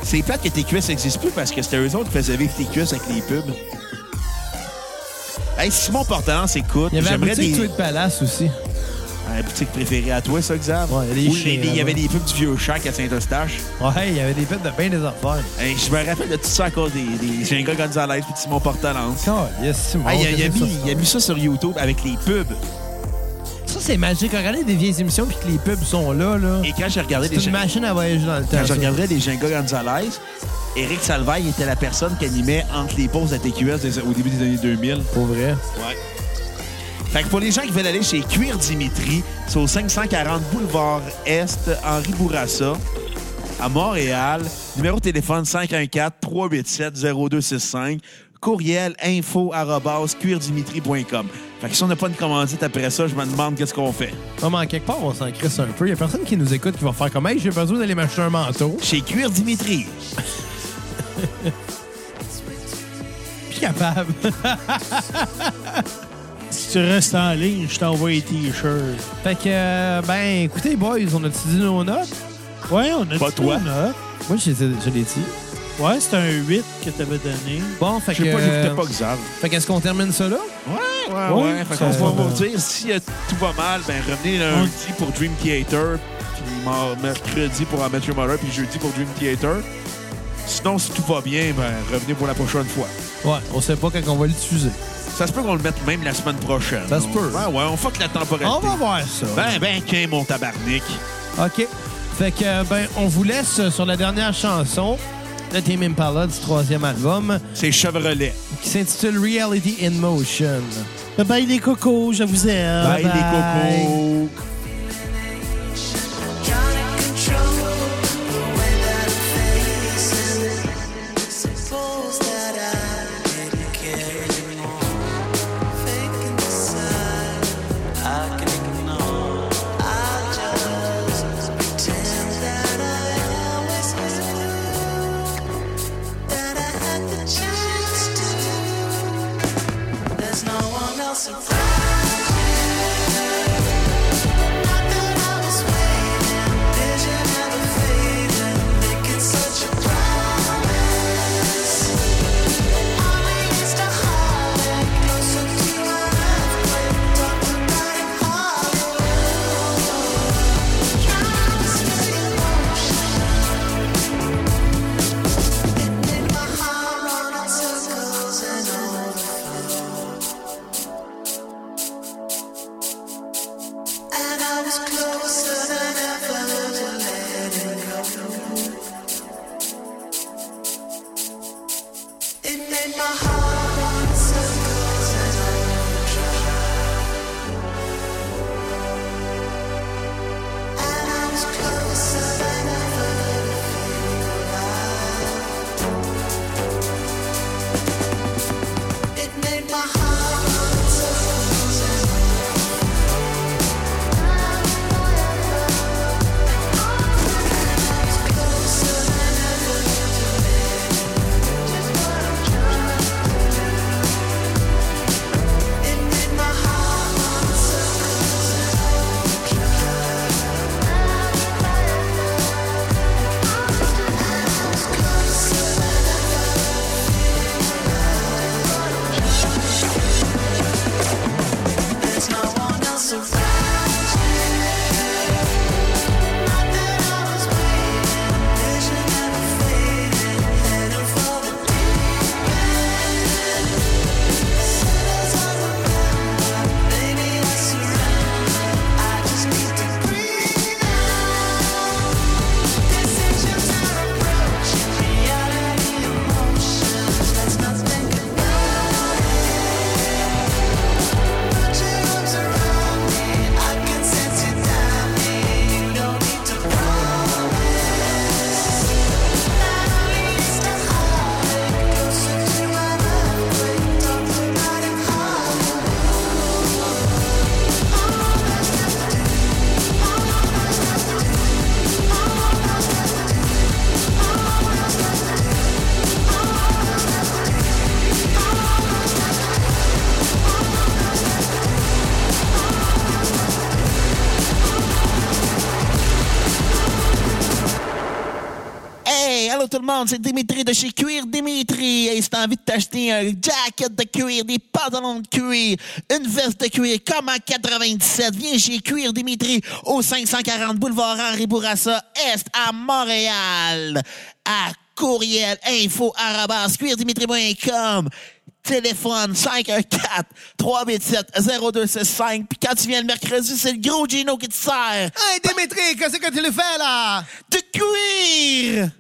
[SPEAKER 2] c'est plate que tes cuisses n'existent plus parce que c'était eux autres qui faisaient vivre tes cuisses avec les pubs. Hey, Simon Portalance écoute.
[SPEAKER 1] Il y avait la
[SPEAKER 2] J'aimerais
[SPEAKER 1] boutique
[SPEAKER 2] des.
[SPEAKER 1] Tweet Palace aussi.
[SPEAKER 2] Ah, La boutique préférée à toi, ça, Xav?
[SPEAKER 1] Ouais, les
[SPEAKER 2] Où
[SPEAKER 1] chiens,
[SPEAKER 2] les- il y
[SPEAKER 1] là-bas.
[SPEAKER 2] avait des pubs du vieux Shack à Saint-Eustache.
[SPEAKER 1] Ouais, il y avait des fêtes de bien des affaires.
[SPEAKER 2] Hey, je me rappelle de tout ça à cause des, des Jenga Gonzalez et Simon Portalance.
[SPEAKER 1] Oh, yes, Simon.
[SPEAKER 2] Hey, il, a- il a
[SPEAKER 1] qu'est-ce que
[SPEAKER 2] mis,
[SPEAKER 1] ça
[SPEAKER 2] il a mis ça sur YouTube avec les pubs.
[SPEAKER 1] ça, c'est magique. Regardez des vieilles émissions puis que les pubs sont là. là.
[SPEAKER 2] Et quand j'ai regardé
[SPEAKER 1] C'est
[SPEAKER 2] les
[SPEAKER 1] une
[SPEAKER 2] gens-
[SPEAKER 1] machine à voyager dans le temps.
[SPEAKER 2] Quand je
[SPEAKER 1] ça.
[SPEAKER 2] regardais les Jenga Gonzalez, Eric Salvaille était la personne qui animait entre les pauses à TQS des- au début des années 2000.
[SPEAKER 1] Pour vrai.
[SPEAKER 2] Ouais. Fait que pour les gens qui veulent aller chez Cuir Dimitri, c'est au 540 Boulevard Est, Henri Bourassa, à Montréal. Numéro de téléphone 514-387-0265. Courriel info arobase cuirdimitri.com. Fait que si on n'a pas de commandite après ça, je me demande qu'est-ce qu'on fait.
[SPEAKER 1] Non, mais en quelque part, on s'en crisse un peu. Il y a personne qui nous écoute qui va faire comme Hey, j'ai besoin d'aller m'acheter un manteau.
[SPEAKER 2] Chez Cuir Dimitri.
[SPEAKER 1] Je suis capable.
[SPEAKER 3] Si tu restes en ligne, je t'envoie les t-shirts.
[SPEAKER 1] fait que, euh, ben, écoutez, boys, on a-tu dit nos notes?
[SPEAKER 3] Ouais, on a
[SPEAKER 2] Pas
[SPEAKER 3] dit
[SPEAKER 2] toi.
[SPEAKER 3] nos notes.
[SPEAKER 1] Moi, je les ai- je l'ai dit.
[SPEAKER 3] Ouais, c'est un 8 que t'avais donné.
[SPEAKER 1] Bon, fait
[SPEAKER 2] Je
[SPEAKER 1] que.
[SPEAKER 2] sais pas, j'écoutais
[SPEAKER 1] euh,
[SPEAKER 2] pas Xav.
[SPEAKER 1] Fait qu'est-ce qu'on termine ça là?
[SPEAKER 2] Ouais, ouais,
[SPEAKER 3] Oui,
[SPEAKER 2] ouais. Fait
[SPEAKER 3] ça
[SPEAKER 2] qu'on va
[SPEAKER 3] va.
[SPEAKER 2] vous dire si euh, tout va mal, ben revenez lundi pour Dream Theater, puis mar- mercredi pour Amateur Mother, puis jeudi pour Dream Theater. Sinon, si tout va bien, ben revenez pour la prochaine fois.
[SPEAKER 1] Ouais, on sait pas quand on va le diffuser.
[SPEAKER 2] Ça se peut qu'on le mette même la semaine prochaine.
[SPEAKER 1] Ça se peut.
[SPEAKER 2] Ouais, ouais, on fuck la temporalité.
[SPEAKER 1] On va voir ça.
[SPEAKER 2] Ben, ben, qu'un mon tabarnak.
[SPEAKER 1] OK. Fait que, euh, ben, on vous laisse sur la dernière chanson de Tame Impala du troisième album
[SPEAKER 2] C'est Chevrolet.
[SPEAKER 1] qui s'intitule Reality in Motion.
[SPEAKER 3] Bye bye les cocos, je vous aime.
[SPEAKER 1] Bye.
[SPEAKER 2] Bye, les cocos.
[SPEAKER 5] Trying to control the way that I'm facing. Suppose that I didn't care anymore. Faking the side I can ignore. I just pretend that I always knew that I had the chance to. There's no one else around. Not that I was waiting, vision ever fading, making such a promise. Always the heartache, closer to my earthquake, talk about it harder. Countless emotions, it made my heart run in circles and overflow. And I was closer than ever to letting go. It made my heart run in circles as I tried. And I was closer than ever to feeling alive. It made my heart run in circles as I There's no one else around Not that I was waiting, vision never faded, heading for the deep end. Said as I remember, baby I surrender. I just need to breathe out. Decisions are approaching, reality emotions. Let's not think about it.
[SPEAKER 2] Hey, allô tout le monde, c'est Dimitri de chez Cuir Dimitri. Hey, si t'as envie de t'acheter un jacket de cuir, des pantalons de cuir, une veste de cuir comme en 97, viens chez Cuir Dimitri au 540 boulevard Henri Bourassa Est à Montréal. À courriel info arobase cuirdimitri.com.
[SPEAKER 3] Téléphone 514 387 0265. Puis quand tu viens le mercredi, c'est le
[SPEAKER 1] Ah,
[SPEAKER 3] gros Gino qui te sert.
[SPEAKER 1] Hey, Dimitri, qu'est-ce que tu le fais, là?
[SPEAKER 3] De cuir!